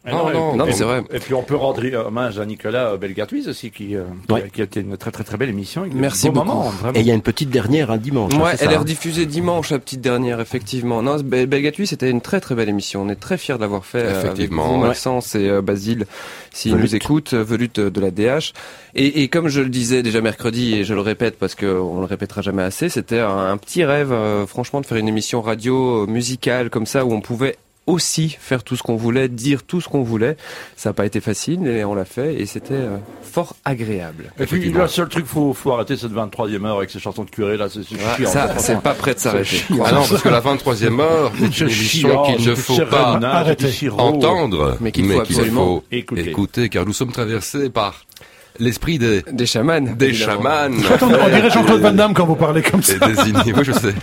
F: Ah
L: Non, non, non, mais c'est vrai.
F: Et puis on peut rendre hommage à Nicolas Belgatuis aussi, qui, euh,
H: Ouais.
F: qui a- qui a été une très très très belle émission. avec de
L: Merci
F: beaux
L: beaucoup.
F: moments, vraiment.
H: Et il y a une petite dernière un dimanche. hein,
L: Ouais,
H: c'est
L: elle
H: ça,
L: est
H: hein.
L: rediffusée dimanche, la petite dernière, effectivement. Non, Bel- Belgatui, c'était une très très belle émission. On est très fiers de l'avoir fait. euh, avec
C: Effectivement,
L: vous,
C: ouais.
L: Maxence et euh, Basile, s'ils
C: Velut.
L: nous écoutent, euh, Velut euh, de la DH. Et, et comme je le disais déjà mercredi, et je le répète parce que on le répétera jamais assez, c'était un, un petit rêve, euh, franchement, de faire une émission radio euh, musicale comme ça où on pouvait aussi faire tout ce qu'on voulait, dire tout ce qu'on voulait. Ça n'a pas été facile, mais on l'a fait et c'était euh, fort agréable.
F: Et puis le seul truc faut faut arrêter cette 23e heure avec ces chansons de curé là, c'est c'est
L: Ouais,
F: chiant.
L: ça, c'est pas près de s'arrêter.
F: chiant.
C: Ah non, parce que la 23e heure, c'est une émission
G: oh,
C: qu'il ne faut pas entendre,
L: Mais qu'il faut absolument
C: écouter. car nous sommes traversés par l'esprit des...
L: Des chamans.
C: Des chamans.
G: Attends, on dirait Jean-Claude Van Damme quand vous parlez comme ça.
C: Et des ini- oui, je sais.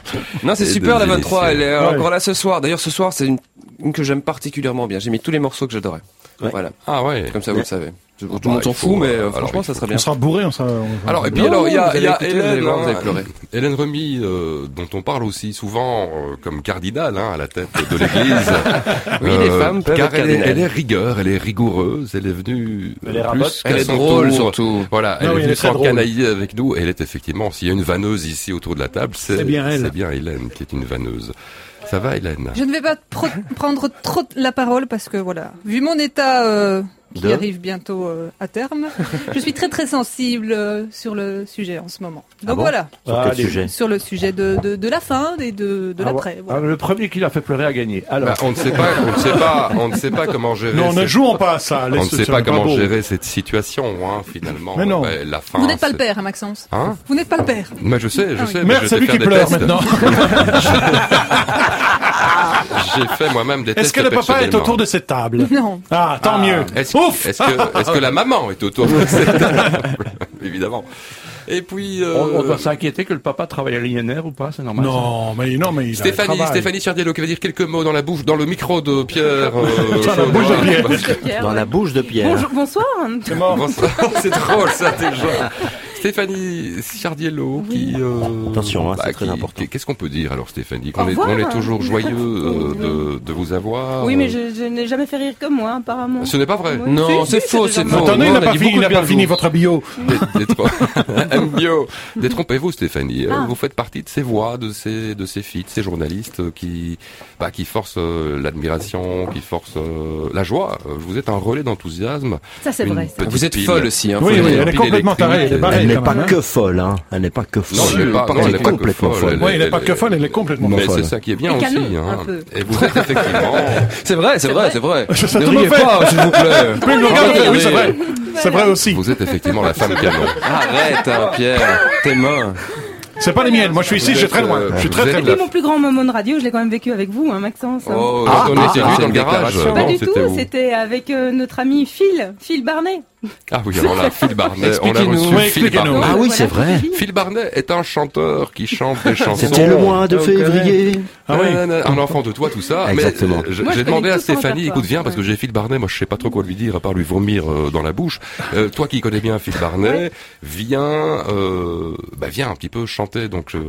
L: Non, c'est
C: Et
L: super
C: des
L: la 23, elle est euh,
C: initiés.
L: encore là ce soir. D'ailleurs, ce soir, c'est une, une que j'aime particulièrement bien. J'ai mis tous les morceaux que j'adorais. Voilà.
C: Ah ouais.
L: Comme ça, vous le savez. Tout
C: Ah
L: tout le
C: bah,
L: monde s'en
C: il faut,
L: fout, mais euh,
C: alors,
L: franchement,
C: il
L: ça
C: faut.
L: serait bien.
G: On sera bourré, on sera.
C: Alors, et puis
L: Non,
C: alors, il y
L: vous
C: a,
L: allez
C: il y a
L: écouter, vous allez
C: Hélène,
L: voir, vous allez
C: hein,
L: pleurer.
C: Hélène Remy, euh, dont on parle aussi souvent euh, comme cardinal hein, à la tête de l'Église. Euh,
L: Oui, les femmes peuvent
C: car
L: être
C: elle est,
L: cardinales.
C: elle est rigueur, elle est rigoureuse, elle est venue
F: Elle est
C: euh,
F: rabote.
C: plus qu'à
L: Elle est
C: son
L: drôle,
C: tour.
L: surtout.
C: Voilà, elle est
L: Non, oui, elle est
C: venue
L: très drôle.
C: s'encanailler avec nous. Elle est effectivement, s'il y a une vanneuse ici autour de la table, c'est
D: C'est bien elle.
C: c'est bien Hélène qui est une vanneuse. Ça va, Hélène
D: Je ne vais pas pro-
C: Ah.
D: prendre trop la parole parce que voilà, vu mon état euh, qui
C: De
D: arrive bientôt euh, à terme, je suis très très sensible euh, sur le sujet en ce moment.
F: Ah
D: Donc
F: bon
D: voilà.
F: Sur quel Ah, allez. sujet
D: Sur le sujet de, de, de la fin et de, de
F: Ah,
D: l'après.
F: ouais.
D: voilà.
F: Ah, le premier qui l'a fait pleurer a gagné. Alors
C: Bah, on ne sait pas, on ne sait pas, on ne sait pas comment gérer.
G: Non, ne
C: cette-
G: jouons pas à ça.
C: on ne
G: laisse-
C: sait
G: ça
C: pas
G: n'est
C: comment
G: beau.
C: gérer cette situation, hein, finalement.
G: Mais non.
C: Ouais, la fin.
D: Vous n'êtes pas
C: c'est-
D: le père, hein, Maxence.
C: Hein
D: Vous n'êtes pas le père.
C: Mais je sais, je
D: Ah oui.
C: sais. mais
G: Merde,
C: je
G: c'est
C: sais
G: lui
C: faire
G: qui
C: des
G: pleure
C: tests.
G: maintenant.
C: J'ai fait moi-même des tests.
G: Est-ce que le papa est
C: personnellement.
G: autour de cette table
D: Non.
G: Ah, tant
C: Ah.
G: mieux.
C: Est-ce
G: Ouf
C: est-ce que, est-ce que la maman est autour de cette table Évidemment. Et puis. euh,
F: on, on doit s'inquiéter que le papa travaille à l'INR ou pas, c'est normal.
G: Non, mais non, mais il
C: Stéphanie, Stéphanie Chardiello qui va dire quelques mots dans la bouche, dans le micro de Pierre. euh,
G: Dans la bouche de Pierre.
H: Dans la bouche de Pierre.
K: Bonjour, bonsoir.
C: Bonsoir. C'est drôle ça déjà. Stéphanie Chardiello qui euh,
H: Attention, hein, c'est
C: bah,
H: très
C: qui-
H: important.
C: Qu'est-ce qu'on peut dire alors Stéphanie
K: Au
C: Qu'on est,
K: revoir.
C: qu'on est toujours joyeux euh, de, de vous avoir. euh,
K: Oui, mais je, je n'ai jamais fait rire comme moi, apparemment.
C: Ce n'est pas vrai.
K: Oui.
L: Non,
K: Si,
L: c'est
K: si,
L: faux,
K: déjà
L: c'est
K: vrai.
L: faux.
G: Attendez,
L: Nous,
G: il
L: on
G: n'a
L: a
G: pas
L: dit
G: fini, il
L: beaucoup de
G: n'a
L: bien
G: pas
L: de
G: fini
L: vous.
G: votre bio.
C: Dé- détro- Un bio. Détrompez-vous Stéphanie, Euh,
L: Ah.
C: vous faites partie de ces voix, de ces de ces filles, de ces journalistes euh, qui bah, qui forcent euh, l'admiration, qui forcent euh, la joie. Euh, Vous êtes un relais d'enthousiasme.
K: Ça, c'est
C: Une
K: vrai, ça.
C: petite
L: Vous êtes
C: pile.
L: folle aussi, hein,
H: Oui, oui, elle est
C: Pile
H: complètement tarée,
C: électrique.
H: elle est barrée, Elle n'est quand pas même, hein. que folle, hein. Elle n'est pas que folle.
C: Non, elle n'est pas,
H: Elle
C: non,
H: est
C: elle n'est pas que
H: complètement folle.
C: Elle
G: Oui, il
C: est-
G: n'est pas que folle, elle est complètement
C: Mais
H: folle.
C: c'est ça qui est bien
H: Et canon,
C: aussi. Hein.
H: un peu.
C: Et vous êtes effectivement.
L: C'est vrai, c'est vrai, c'est vrai.
C: Ça
L: Ne
C: te le
L: riez
C: fait.
L: pas, s'il vous plaît.
G: Oui, le regard,
L: Regardez.
G: oui, c'est vrai. C'est vrai aussi.
C: Vous êtes effectivement la femme canon.
L: Arrête, hein, Pierre, tes mains.
G: C'est pas les miennes. Moi, je suis ici, je suis très loin.
C: euh,
G: Je suis très, très
K: Et puis
G: loin.
K: mon plus grand moment de radio, je l'ai quand même vécu avec vous, hein, Maxence.
C: Oh,
G: Ah,
C: quand on
G: ah,
C: était
G: ah,
C: nus
G: c'est
C: dans le
G: une
C: garage.
G: déclaration.
K: Pas
C: Non,
K: du tout,
C: c'était où
K: c'était avec euh, notre ami Phil, Phil Barnet.
C: Ah oui, alors là, Phil Barnet, on l'a
H: Expliquez-nous.
C: reçu.
H: Oui,
C: Phil
H: expliquez-nous.
C: Barnet.
H: Ah oui, c'est vrai.
C: Phil Barnet est un chanteur qui chante des chansons.
H: C'était le mois de février.
C: Ah oui. Un enfant de toi, tout ça. Mais,
H: Exactement.
C: euh, je-
H: Moi, je connais
C: J'ai demandé à
H: tout son
C: Stéphanie,
H: répertoire.
C: écoute, viens, parce que j'ai Phil Barnet, moi je sais pas trop quoi lui dire, à part lui vomir euh, dans la bouche. Euh, toi qui connais bien Phil Barnet, viens, euh, bah, viens un petit peu chanter donc euh,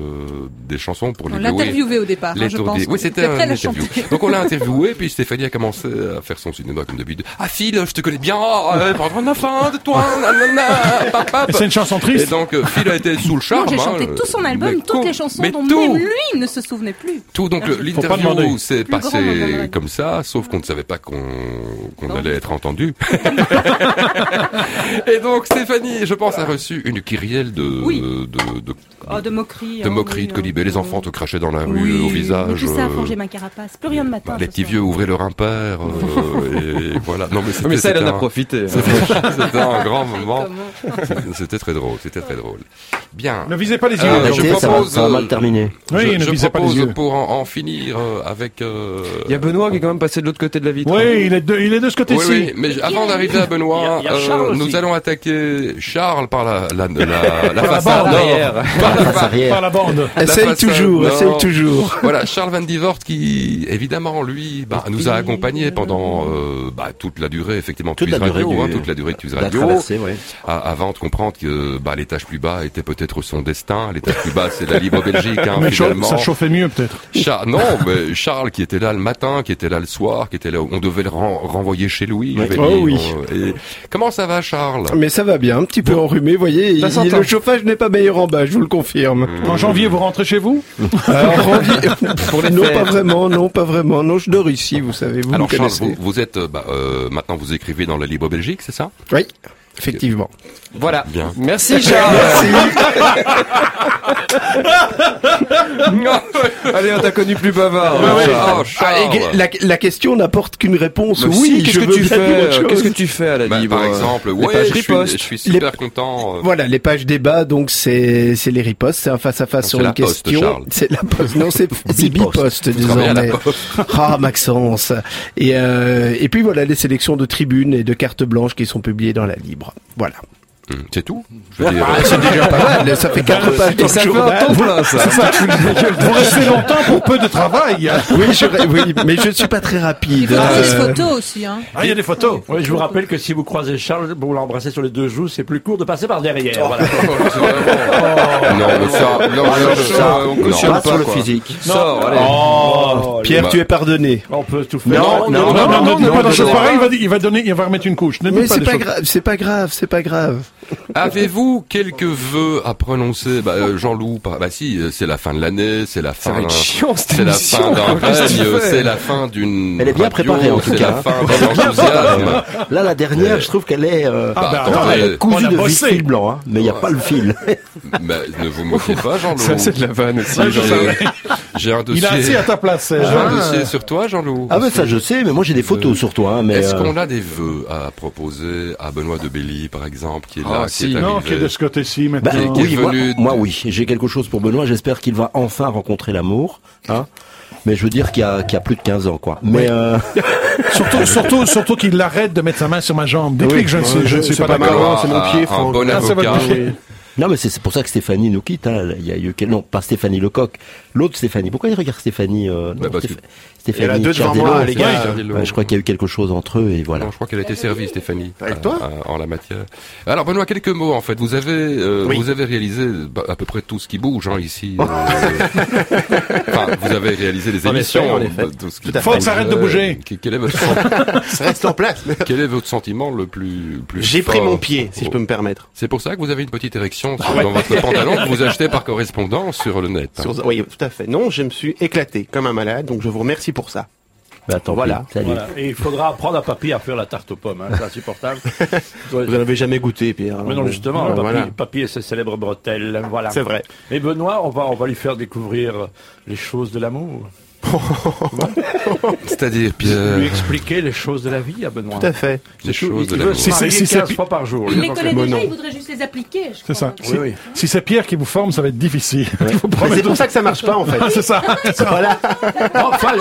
C: des chansons pour
D: On
C: lui
D: l'a
C: louer.
D: interviewé au départ, hein, je
C: L'étourdi-
D: pense.
C: Oui, c'était
D: Après,
C: un
D: elle a
C: interview.
D: chanté.
C: Donc on l'a interviewé, puis Stéphanie a commencé à faire son cinéma comme d'habitude. Ah Phil, je te connais bien, euh, prends un enfant de toi, nanana, pap, pap.
G: C'est une chanson triste.
C: Et donc euh, Phil a été sous le
K: Non,
C: charme.
K: j'ai
C: hein,
K: chanté
C: euh,
K: tout son
C: mais
K: album, toutes
C: con-
K: les chansons
C: mais
K: dont
C: tout.
K: même lui ne se souvenait plus.
C: Tout, donc le-
K: Faut pas demander.
C: l'interview s'est
K: Plus grand moment de la
C: passée
K: radio.
C: comme ça, sauf qu'on ne savait pas qu'on qu'on allait être entendu. Et donc Stéphanie, je pense, a reçu une kyrielle de
K: Oui.
C: de, de,
K: Oh, de moquerie.
C: de
K: hein,
C: moqueries, de
K: oui,
C: colibés. Les enfants te crachaient dans la rue, au
K: hein. Mais
C: visage.
K: Tout ça a
C: euh,
K: forgé ma carapace. Plus rien de matin.
C: Bah, les petits vieux ouvraient leur impair euh, et voilà. Non mais, c'était-
L: Ah, Mais ça, elle en
C: c'était
L: a
C: un-
L: profité.
C: C'était c'était un grand moment. C'était très drôle. C'était très drôle. Bien.
G: Ne visez pas les yeux.
C: Euh,
H: Arrêtez,
C: je
H: Ah, ça va-
C: propose,
H: ça va mal
C: euh,
H: terminer.
G: Oui,
C: je,
G: ne
C: je
G: visez pas les
C: propose
G: yeux.
C: pour en, en finir euh, avec. euh,
L: Il y a Benoît qui est quand même passé de l'autre côté de la vitre. hein.
G: Oui, il est de, il est de ce
C: Oui,
G: côté-ci.
C: oui, mais je- avant d'arriver à Benoît,
L: Il y a- il y a Charles
C: euh,
L: aussi.
C: nous allons attaquer Charles par la, la, la, la
G: Par la
C: façade
G: bande.
C: arrière. Par la, fa-
G: Par la bande.
C: la
I: Essaye
C: façade
I: toujours,
C: nord.
I: essaye toujours.
C: Voilà, Charles Van Divort qui, évidemment, lui, bah, nous a accompagnés pendant euh, bah, toute la durée, effectivement,
H: Toute
C: Tues
H: la durée
C: Radio,
H: du-
C: hein, toute la durée de Tues
H: de la
C: Radio,
H: traversée, ouais.
C: A- avant de comprendre que bah, l'étage plus bas était peut-être son destin. L'étage plus bas, c'est la libre Belgique, hein,
G: Mais chaud-
C: finalement.
G: ça chauffait mieux, peut-être.
C: Char- non, mais Charles qui était là le matin, qui était là le soir, qui était là, on devait le ren- renvoyer chez Louis. je vais
I: Oh
C: dire.
I: oui.
C: Euh, et- Comment ça va, Charles
I: Mais ça va bien, un petit peu enrhumé, voyez. il-
G: Ben, Ça
I: il-
G: s'entend.
I: le chauffage n'est pas meilleur en bas, je vous le confirme.
G: En janvier, vous rentrez chez vous
I: Euh, en janvier- non, pas vraiment, non, pas vraiment. Non, je dors ici, vous savez, vous
C: Alors
I: me
C: Charles,
I: connaissez.
C: vous, vous êtes euh, bah, euh, maintenant vous écrivez dans la Libre Belgique, c'est ça
I: Oui, effectivement.
L: Voilà.
C: Bien.
L: Merci Charles. Allez, on t'a connu plus bavard. hein, Charles.
C: Oh, Charles.
I: Ah, et que- la, la question n'apporte qu'une réponse.
L: Bah
I: oui,
L: si,
I: je
L: qu'est-ce que
I: veux
L: tu
I: bien dire autre
L: fais euh,
I: chose.
L: Qu'est-ce que tu fais à la
C: Bah,
L: libre
C: Par
L: euh,
C: exemple,
L: les
C: ouais,
L: pages
C: je suis, je
L: ripostes
C: suis super content. euh,
I: Voilà, les pages débat, donc c'est c'est les ripostes, c'est un face à face
C: Non,
I: sur
C: c'est
I: une
C: la poste, Charles.
I: question. C'est la poste, non, c'est c'est
H: Biposte.
I: biposte
C: travaillez à la
I: désormais. Ah Maxence. Et euh, et puis voilà les sélections de tribunes et de cartes blanches qui sont publiées dans la Libre. Voilà.
C: hum, C'est tout. Je veux dire, Bah, euh,
I: C'est déjà pas mal. Ça fait quatre pages dans
L: Et ça
I: le
L: fait un
I: journal.
L: temps plein, ça.
G: Vous restez longtemps pour peu de travail.
I: Oui, je, oui, mais je ne suis pas très
D: Il
I: rapide.
C: Ah,
D: faut
I: hein.
D: des photos aussi. Hein.
G: Ah, il y a des photos.
F: Oui, je vous rappelle que si vous croisez Charles, pour l'embrasser sur les deux joues, c'est plus court de passer par derrière. Voilà. Ah,
C: non, mais ça, Oh. non, non, ça, on cautionne
H: Pas sur le
C: quoi.
H: physique.
L: Sors, allez.
F: Oh,
I: Pierre,
C: Bah.
I: tu es pardonné.
F: on peut tout faire.
H: Non,
G: Non, non, non,
H: non,
G: ne pas dans
H: non,
G: chose
H: non.
G: pareille, il va, il va donner, il va remettre une couche. Ne
I: Mais
G: dites pas
I: c'est
G: des
I: pas
G: choses.
I: grave, c'est pas grave, c'est pas grave.
C: Avez-vous quelques vœux à prononcer bah, euh, Jean-Loup, par- bah si, euh, c'est la fin de l'année, c'est la fin.
L: va être chiant, cette
C: C'est la
L: émission.
C: fin d'un
L: Qu'est-ce que tu
C: règne,
L: fais
C: c'est la fin d'une.
H: Elle est bien
C: radio,
H: préparée, en tout
C: C'est
H: cas,
C: la
H: hein.
C: fin d'un enthousiasme.
H: Là, la dernière, je trouve qu'elle est euh,
G: Ah, bah,
C: attends,
G: attends,
C: mais-
G: on
H: cousue de
G: a
H: vis
G: bossé.
H: fil blanc, hein, mais il n'y a pas le fil.
C: Bah, ne vous moquez pas, Jean-Loup.
L: de la vanne aussi.
C: J'ai- J'ai un
G: Il
C: dossier.
G: a assis à ta place,
C: J'ai
G: Serge.
C: un dossier sur toi, Jean-Loup.
H: Ah ben ça, je sais, mais moi j'ai des photos sur toi. hein, mais
C: Euh, Est-ce
H: euh,
C: qu'on a des vœux à proposer à Benoît de Belly, par exemple, qui est
L: Ah,
C: là, qui
L: si.
C: est
G: Non, qui est
C: arrivé
G: de ce côté-ci
H: bah,
C: qui est-
G: maintenant.
C: qui est
H: oui, moi,
C: venu de-
H: moi, oui, j'ai quelque chose pour Benoît. J'espère qu'il va enfin rencontrer l'amour. Hein. Mais je veux dire qu'il y, a- qu'il y a plus de 15 ans, quoi. Mais euh,
G: Surtout, surtout, surtout qu'il arrête de mettre sa main sur ma jambe. Dites-lui
I: Oui,
G: que Ah je ne
I: euh,
G: suis, je ne
I: je-
G: suis
I: c'est
G: pas
I: pas
G: d'accord.
I: marrant, c'est mon
C: Un-
I: pied,
C: Un
I: Franck.
C: bon
G: Ah, c'est
C: avocat.
G: votre pied.
H: non, mais c'est c'est pour ça que Stéphanie nous quitte. hein. Il y a eu quel- non, pas Stéphanie Lecoq, l'autre Stéphanie. Pourquoi il regarde Stéphanie euh,
C: Bah,
H: non,
C: parce
H: Stéph-
C: que-
H: Stéphanie
I: Il y en a deux devant
H: Cardello,
I: moi, les
H: c'est
I: gars.
H: ça.
C: Cardello.
H: Ouais, je crois qu'il y a eu quelque chose entre eux et voilà.
C: Non, je crois qu'elle a été servie, Stéphanie.
I: Avec
C: Euh,
I: toi
C: euh, En la matière. Alors, Benoît, quelques mots, en fait. Vous avez, euh,
I: Oui.
C: vous avez réalisé bah, à peu près tout ce qui bouge, hein, ici. euh, enfin, vous avez réalisé les
M: En
C: émissions.
M: effet, en effet.
C: euh, tout ce qui
M: Tout à
G: Faut
M: fait.
G: que ça arrête de
C: Euh,
G: bouger.
C: qui- Quel est votre, sen-
I: Ça reste en place.
C: quel est votre sentiment le plus, plus
I: J'ai pris
C: fort
I: mon pied, si je peux me permettre. Ah
C: C'est pour ça que vous avez une petite érection sur- dans votre pantalon que vous achetez par correspondance sur le net. hein.
I: Sur- Oui, tout à fait. Non, je me suis éclaté comme un malade, donc je vous remercie pour ça.
H: Bah, tant
I: Voilà.
H: pis, salut.
F: Voilà. Et il faudra apprendre à papy à faire la tarte aux pommes, hein. c'est insupportable. Ah,
I: Vous n'en avez jamais goûté, Pierre. alors
F: Mais non,
I: bon.
F: justement,
I: Voilà.
F: papy,
I: Voilà.
F: papy et ses célèbres bretelles, voilà.
I: C'est vrai.
F: Mais Benoît, on va, on va lui faire découvrir les choses de l'amour.
C: C'est-à-dire, Pierre.
F: Lui expliquer les choses de la vie à Benoît.
C: Tout à fait.
F: C'est
C: Les
F: tout.
C: choses
F: Il
C: de la
F: veut
C: vie.
F: se marier
G: Si c'est- si
F: 15
G: c'est-
F: fois par jour.
K: Il les connaît
G: Mais
K: déjà,
G: non.
K: il voudrait juste les appliquer. je
G: C'est ça.
K: crois.
G: Si, si c'est Pierre qui vous forme, ça va être difficile. Il faut promettre-
F: c'est pour ça que ça marche pas, en fait.
G: Ah, c'est ça.
F: Voilà. Enfin,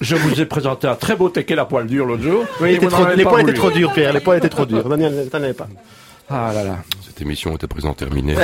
F: je vous ai présenté un très beau tequet la poêle dure l'autre jour.
M: Oui, il
F: et
M: était
F: vous n'en
M: trop-
F: avez
M: les
F: pas
M: poils étaient
F: voulu.
M: trop durs, Pierre. Les poils étaient trop durs. Daniel, t'en avais pas.
F: Ah là là.
C: Cette émission est à présent terminée.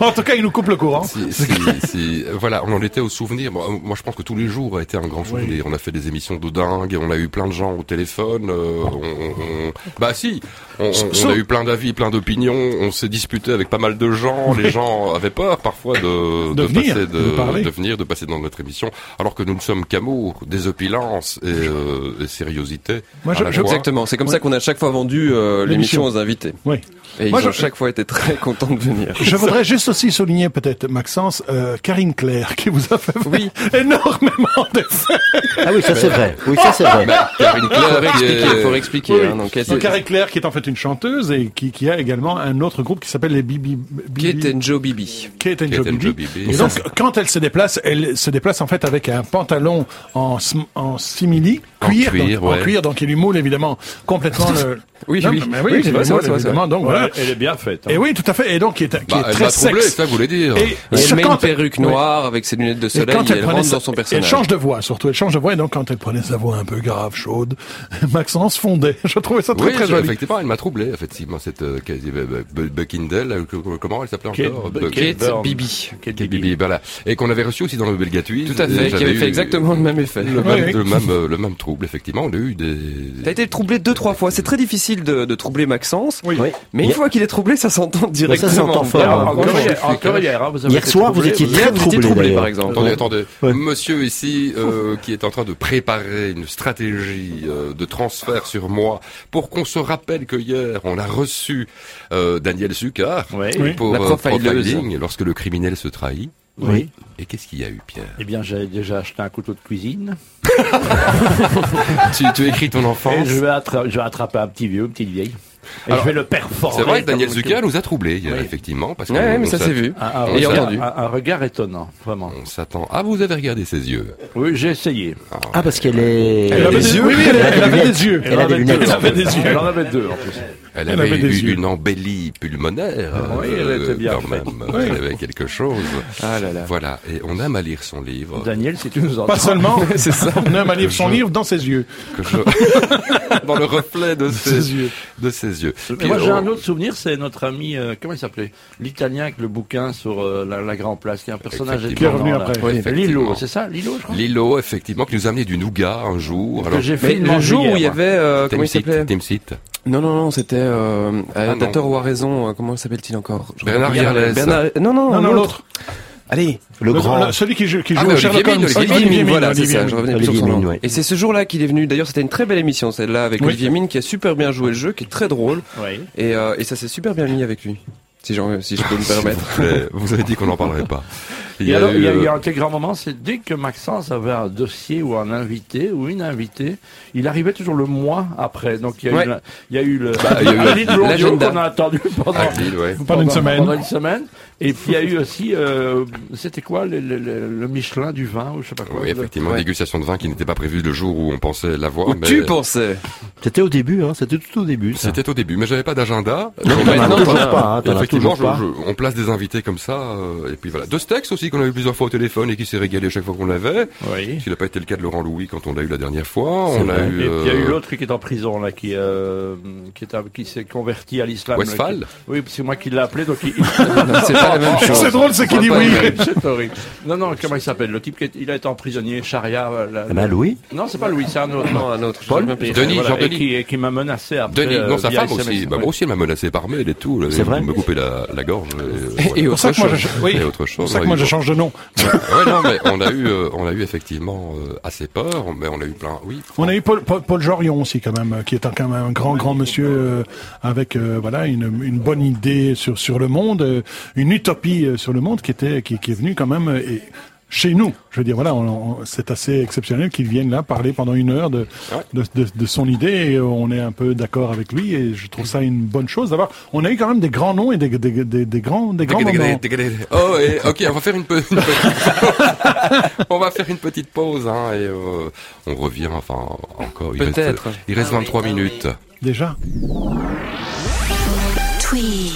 G: en tout cas, il nous coupe le courant.
C: Si- si- si- Voilà, on en était au souvenir. Moi, moi, je pense que tous les jours a été un grand souvenir. On a fait des émissions de dingue, on a eu plein de gens au téléphone. euh, on, on- on- Bah si, on, on- on
G: Sauf-
C: a eu plein d'avis, plein d'opinions. On s'est disputé avec pas mal de gens. Les gens avaient peur parfois de,
G: De venir,
C: passer
G: de parler.
C: de venir, de passer dans notre émission, alors que nous ne sommes qu'amour, désopilance et, euh, et sériosité.
G: Moi, je-
C: à la
G: je-
C: fois.
L: Exactement, c'est comme ça qu'on a chaque fois vendu euh,
G: L'émission.
L: l'émission aux invités.
G: Oui.
L: Et ils
G: Moi,
L: ont
G: je-
L: chaque fois été très contents de venir.
G: Je voudrais juste aussi souligner peut-être, Maxence, euh, Karine Claire, qui vous a fait énormément d'efforts.
H: Ah oui, ça, c'est vrai. Oui, ça, c'est vrai. Bah,
L: Karine
C: euh,
L: Claire, Faut qui est- réexpliquer, faut réexpliquer,
G: Oui, oui.
L: hein, donc, elle-
G: Donc, Karine Claire, qui est en fait une chanteuse et qui, qui a également un autre groupe qui s'appelle les Bibi.
L: Qui
G: Bibi-
L: était Joe Bibi.
G: Qui était Joe Bibi.
C: Et
G: Et
C: ça,
G: donc, quand elle se déplace, elle se déplace en fait avec un pantalon en, sm- en simili,
C: En
G: cuir,
C: cuir,
G: donc,
C: ouais.
G: en cuir, donc il lui moule évidemment complètement le.
C: Oui,
G: Non,
C: oui.
G: mais oui,
C: Oui,
G: il
C: c'est
G: lui
C: vrai, c'est
G: moule,
C: vrai, c'est vrai.
G: évidemment, donc
C: Ouais,
G: voilà.
F: Elle est bien faite.
G: Et oui, tout à fait. Et donc, qui est, qui
C: Bah,
G: est
C: elle
G: très
C: m'a troublé,
G: sexe.
C: ça vous voulez dire.
G: Et
L: Elle
G: sur-
L: met une
G: quand
L: perruque
G: Oui.
L: noire avec ses lunettes de
G: Et
L: soleil et elle
G: prenait
L: rentre
G: sa-
L: dans son
G: Elle
L: personnage.
G: change de voix, surtout. Elle change de voix, et donc quand elle prenait sa voix un peu grave, chaude, Maxence fondait. Je trouvais ça très,
C: oui,
G: très
C: je-
G: joli.
C: effectivement, elle m'a troublé, effectivement, cette euh, Kate- euh, Bu- Buckindale, euh, que- comment elle s'appelait
L: Kate
C: encore
L: Bu-
C: Bu-
L: Kate Kate Bibi.
C: Kate Bibi, voilà. Et qu'on avait reçu aussi dans le Belgatuis.
L: Tout à fait, qui avait fait exactement le même effet.
C: Le,
L: Oui,
C: même,
L: oui.
C: le même, euh, le même trouble, effectivement. On a eu des...
L: T'as été troublé deux trois fois. C'est très difficile de, de troubler Maxence. Mais une
C: Oui.
L: fois qu'il est troublé, ça s'entend
C: Mais ça
L: directement. Ah,
C: s'entend fort, hein.
L: Encore
C: Encore
L: hier,
C: hier,
L: encore hier, hein, avez
H: Hier
L: été
H: soir, vous
L: troublé.
H: étiez
L: Hier,
H: très
L: vous étiez
H: troublé,
L: troublé, par
H: d'ailleurs.
L: exemple.
C: Attendez, attendez. Monsieur ici, euh, qui est en train de préparer une stratégie euh, de transfert sur moi, pour qu'on se rappelle que hier, on a reçu euh, Daniel Sucard
F: Oui.
C: pour
F: La
C: euh,
F: profileuse.
C: profiling, lorsque le criminel se trahit.
F: Oui.
C: Et qu'est-ce qu'il y a eu, Pierre
F: Eh bien, j'ai déjà acheté un couteau de cuisine.
C: tu, tu écris ton
F: Et
C: enfance.
F: je vais, attra- je vais attraper un petit vieux, une petite vieille. Et
C: Alors,
F: je vais le performer.
C: C'est vrai que Daniel
F: comme-
C: Zucca nous a troublés, hier, effectivement. Parce qu'on- on s'a-
F: Un, un
C: Ah, on
F: regard-
C: s'attend-
F: un- un regard étonnant, vraiment.
C: On s'attend. Ah, vous avez regardé ses yeux.
F: Oui, j'ai essayé.
H: Ah, parce qu'elle est.
F: Elle avait des yeux, oui, oui, elle- elle avait des yeux.
H: Elle a des lunettes.
F: Elle avait des yeux. Elle en avait deux, en plus.
C: Elle,
F: Elle
C: avait,
F: avait des
C: eu
F: yeux. Ah
C: une embellie pulmonaire. euh,
F: Oui, elle était bien
C: quand
F: faite.
C: même.
F: Oui. Ah
C: Elle avait quelque chose. Voilà. Et on aime à lire son livre.
F: Daniel, si tu nous entends.
G: Pas seulement.
C: C'est ça.
G: On aime à lire son livre dans ses yeux.
C: Que je- Dans le reflet de ses, yeux. De ses yeux.
F: Mais
C: Puis,
F: moi, j'ai
C: oh,
F: un autre souvenir, c'est notre ami, euh, comment il s'appelait L'Italien avec le bouquin sur euh, la, la Grand Place, qui est un personnage
C: Effectivement. Qui est revenu
F: étonnant, là.
C: après. Oui, effectivement.
F: Lilo, c'est ça Lilo, je crois
C: Lilo, effectivement, qui nous a amené du nougat un jour. Alors,
L: j'ai fait une
C: le
L: mangée
C: jour
L: hier,
C: où il y
L: moi.
C: avait, euh, comment il
L: Timsit,
C: s'appelait?
L: Non, non, non, c'était euh, euh,
C: Ah,
L: T'as
C: non.
L: tort ou a raison, euh, comment s'appelle-t-il encore Je
C: Bernard
L: regarde.
C: Yarlès.
L: Bernard... euh, Non, non,
G: Non, non, l'autre.
L: Allez,
G: Le- le- celui qui joue, qui
L: Ah,
G: joue
L: mais
G: au
L: Olivier
G: Sherlock Holmes.
L: Mine, Olivier Mine, voilà, c'est
G: Olivier
L: ça,
G: Mine.
L: je revenais plus sur son nom. Et c'est ce jour-là qu'il est venu, d'ailleurs c'était une très belle émission celle-là, avec
G: Oui.
L: Olivier Mine qui a super bien joué le jeu, qui est très drôle,
F: Oui.
L: et, euh, et ça s'est super bien mis avec lui, si, j'en- si je peux me
C: S'il vous
L: permettre.
C: plaît, vous avez dit qu'on n'en parlerait pas.
F: Et alors, il y a eu
C: euh,
F: un très grand moment, c'est dès que Maxence avait un dossier ou un invité ou une invitée, il arrivait toujours le mois après. Donc il y a
C: Ouais. Bah,
F: eu, la- il y a eu le
C: il y a eu
F: Aline Blondiot
C: l'agenda.
F: qu'on a attendu pendant,
C: Aline, ouais.
G: Pendant une semaine.
F: pendant une semaine. Et puis il y a eu aussi, euh, c'était quoi le, le- le- le Michelin du vin ou je sais pas quoi.
C: Oui, effectivement,
F: Ouais.
C: dégustation de vin qui n'était pas prévue le jour où on pensait l'avoir.
L: Où
C: mais-
L: tu pensais
H: C'était au début, hein. C'était tout au début. ça.
C: C'était au début, mais j'avais pas d'agenda.
H: Non,
C: Mais
H: t'en as
C: maintenant,
H: toujours
C: j'en ai.
H: pas, hein, t'en as
C: Effectivement,
H: toujours pas.
C: je- je- on place des invités comme ça, euh, et puis voilà. De Stex aussi, qu'on a eu plusieurs fois au téléphone et qui s'est régalé chaque fois qu'on l'avait.
F: Oui.
C: Ce qui n'a pas été le cas de Laurent Louis quand on l'a eu la dernière fois.
F: C'est
C: On a
F: vrai.
C: eu,
F: Et puis il y a eu
C: euh,
F: l'autre qui est en prison là, qui euh, qui est un- qui s'est converti à l'islam.
C: Westphal
F: Qui- Oui, c'est moi qui l'ai appelé, donc il...
C: c'est pas la même chose. C'est drôle, c'est qu'il dit
F: pas
C: oui.
F: la même- C'est horrible. Non, non, comment il s'appelle Le type qui est- il a été en prisonnier, Charia. euh, la-
H: Ah ben, Louis
F: Non, c'est pas Louis, c'est un autre.
L: Non, un autre.
F: Paul.
C: plus. Denis,
F: Voilà,
C: Jean-Denis.
F: Et qui, et qui m'a menacé après.
C: Denis,
F: euh,
C: non, sa
F: via
C: femme
F: SMS.
C: aussi. Bah, moi aussi, elle m'a menacé par mail et tout. Elle
H: C'est vrai
C: me couper la, la gorge. Et, euh,
L: Et- et
C: voilà.
L: autre
G: C'est pour ça que moi,
L: chose.
G: je, oui.
C: Et autre
G: C'est pour
C: chose.
G: ça
C: on a
G: que moi,
C: eu-
G: je change de nom.
C: ouais, non, mais on a eu, euh, on a eu effectivement euh, assez peur, mais on a eu plein. Oui,
G: On a eu Paul, Paul, Paul Jorion aussi quand même, euh, qui est un, quand même un grand grand monsieur euh, avec euh, voilà une, une bonne idée sur sur le monde, euh, une utopie euh, sur le monde qui était qui, qui est venue quand même euh, et chez nous. Je veux dire, voilà, on- on- c'est assez exceptionnel qu'il vienne là parler pendant une heure de, de, de- de son idée. Et euh, on est un peu d'accord avec lui et je trouve ça une bonne chose d'avoir. On a eu quand même des grands noms et des, des, des, des grands, des grands moments.
C: Oh, et, ok, on va faire une, pe- une petite. on va faire une petite pause, hein, et euh, on revient. Enfin, encore. il reste-
L: Peut-être.
C: Il
G: Ah
C: reste 23 minutes.
G: Déjà.
N: Tweez.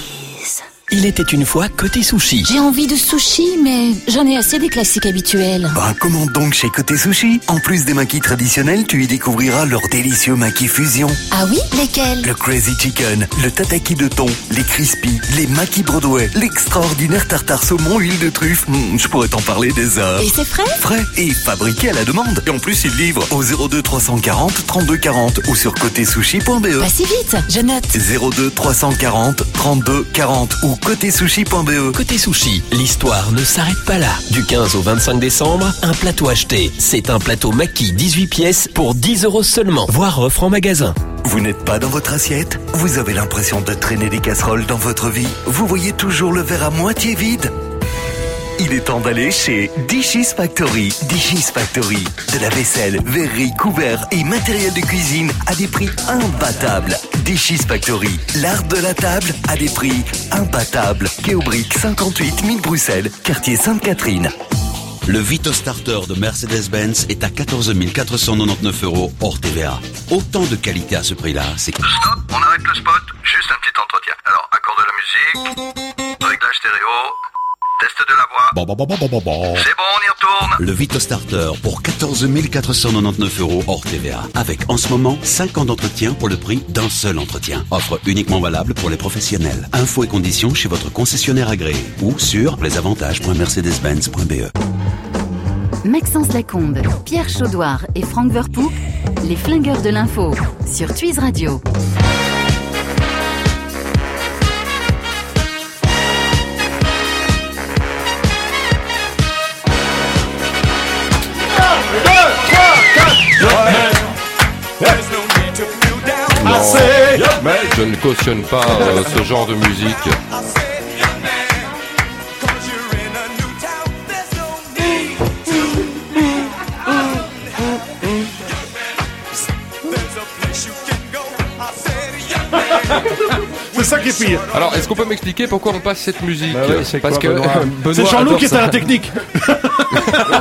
O: Il était une fois Côté Sushi.
N: J'ai envie de sushi, mais j'en ai assez des classiques habituels.
O: Ben, commande donc chez Côté Sushi. En plus des maquis traditionnels, tu y découvriras leurs délicieux maquis fusion.
N: Ah oui Lesquels
O: Le Crazy Chicken, le tataki de thon, les crispy, les maquis Broadway, l'extraordinaire tartare saumon huile de truffe. Hmm, je pourrais t'en parler des heures.
N: Et c'est frais
O: Frais et fabriqué à la demande. Et en plus, ils livrent au 02 340 32 40 ou sur côtésushi.be.
N: Pas si vite, je note.
O: 02 340 32 40 ou côtésushi.be.
P: Côté Sushi, l'histoire ne s'arrête pas là. Du 15 au 25 décembre, un plateau acheté. C'est un plateau maquis 18 pièces pour 10 euros seulement, voire offre en magasin.
O: Vous n'êtes pas dans votre assiette Vous avez l'impression de traîner des casseroles dans votre vie Vous voyez toujours le verre à moitié vide il est temps d'aller chez Dishes Factory. Dishes Factory. De la vaisselle, verrerie, couverts et matériel de cuisine à des prix imbattables. Dishes Factory. L'art de la table à des prix imbattables. Kéobrick 58 1000 Bruxelles, quartier Sainte-Catherine.
Q: Le Vito Starter de Mercedes-Benz est à 14 499 euros hors TVA. Autant de qualité à ce prix-là, c'est...
R: Stop, on arrête le spot, juste un petit entretien. Alors, accord de la musique, réglage stéréo, test de la voix.
Q: Bon, bon, bon, bon, bon, bon, bon.
R: C'est bon, on y retourne.
Q: Le Vito Starter pour 14 499 euros hors TVA. Avec en ce moment 5 ans d'entretien pour le prix d'un seul entretien. Offre uniquement valable pour les professionnels. Infos et conditions chez votre concessionnaire agréé ou sur lesavantages.mercedes-benz.be.
A: Maxence Lacombe, Pierre Chaudoir et Franck Verpoux, les flingueurs de l'info sur Twiz Radio.
C: Non. Je ne cautionne pas euh, ce genre de musique.
G: C'est ça qui est pire.
C: Alors, est-ce qu'on peut m'expliquer pourquoi on passe cette musique
G: oui,
F: Bah c'est
C: Parce
F: quoi,
C: que
F: Benoît
G: C'est Jean-Loup qui était à la technique.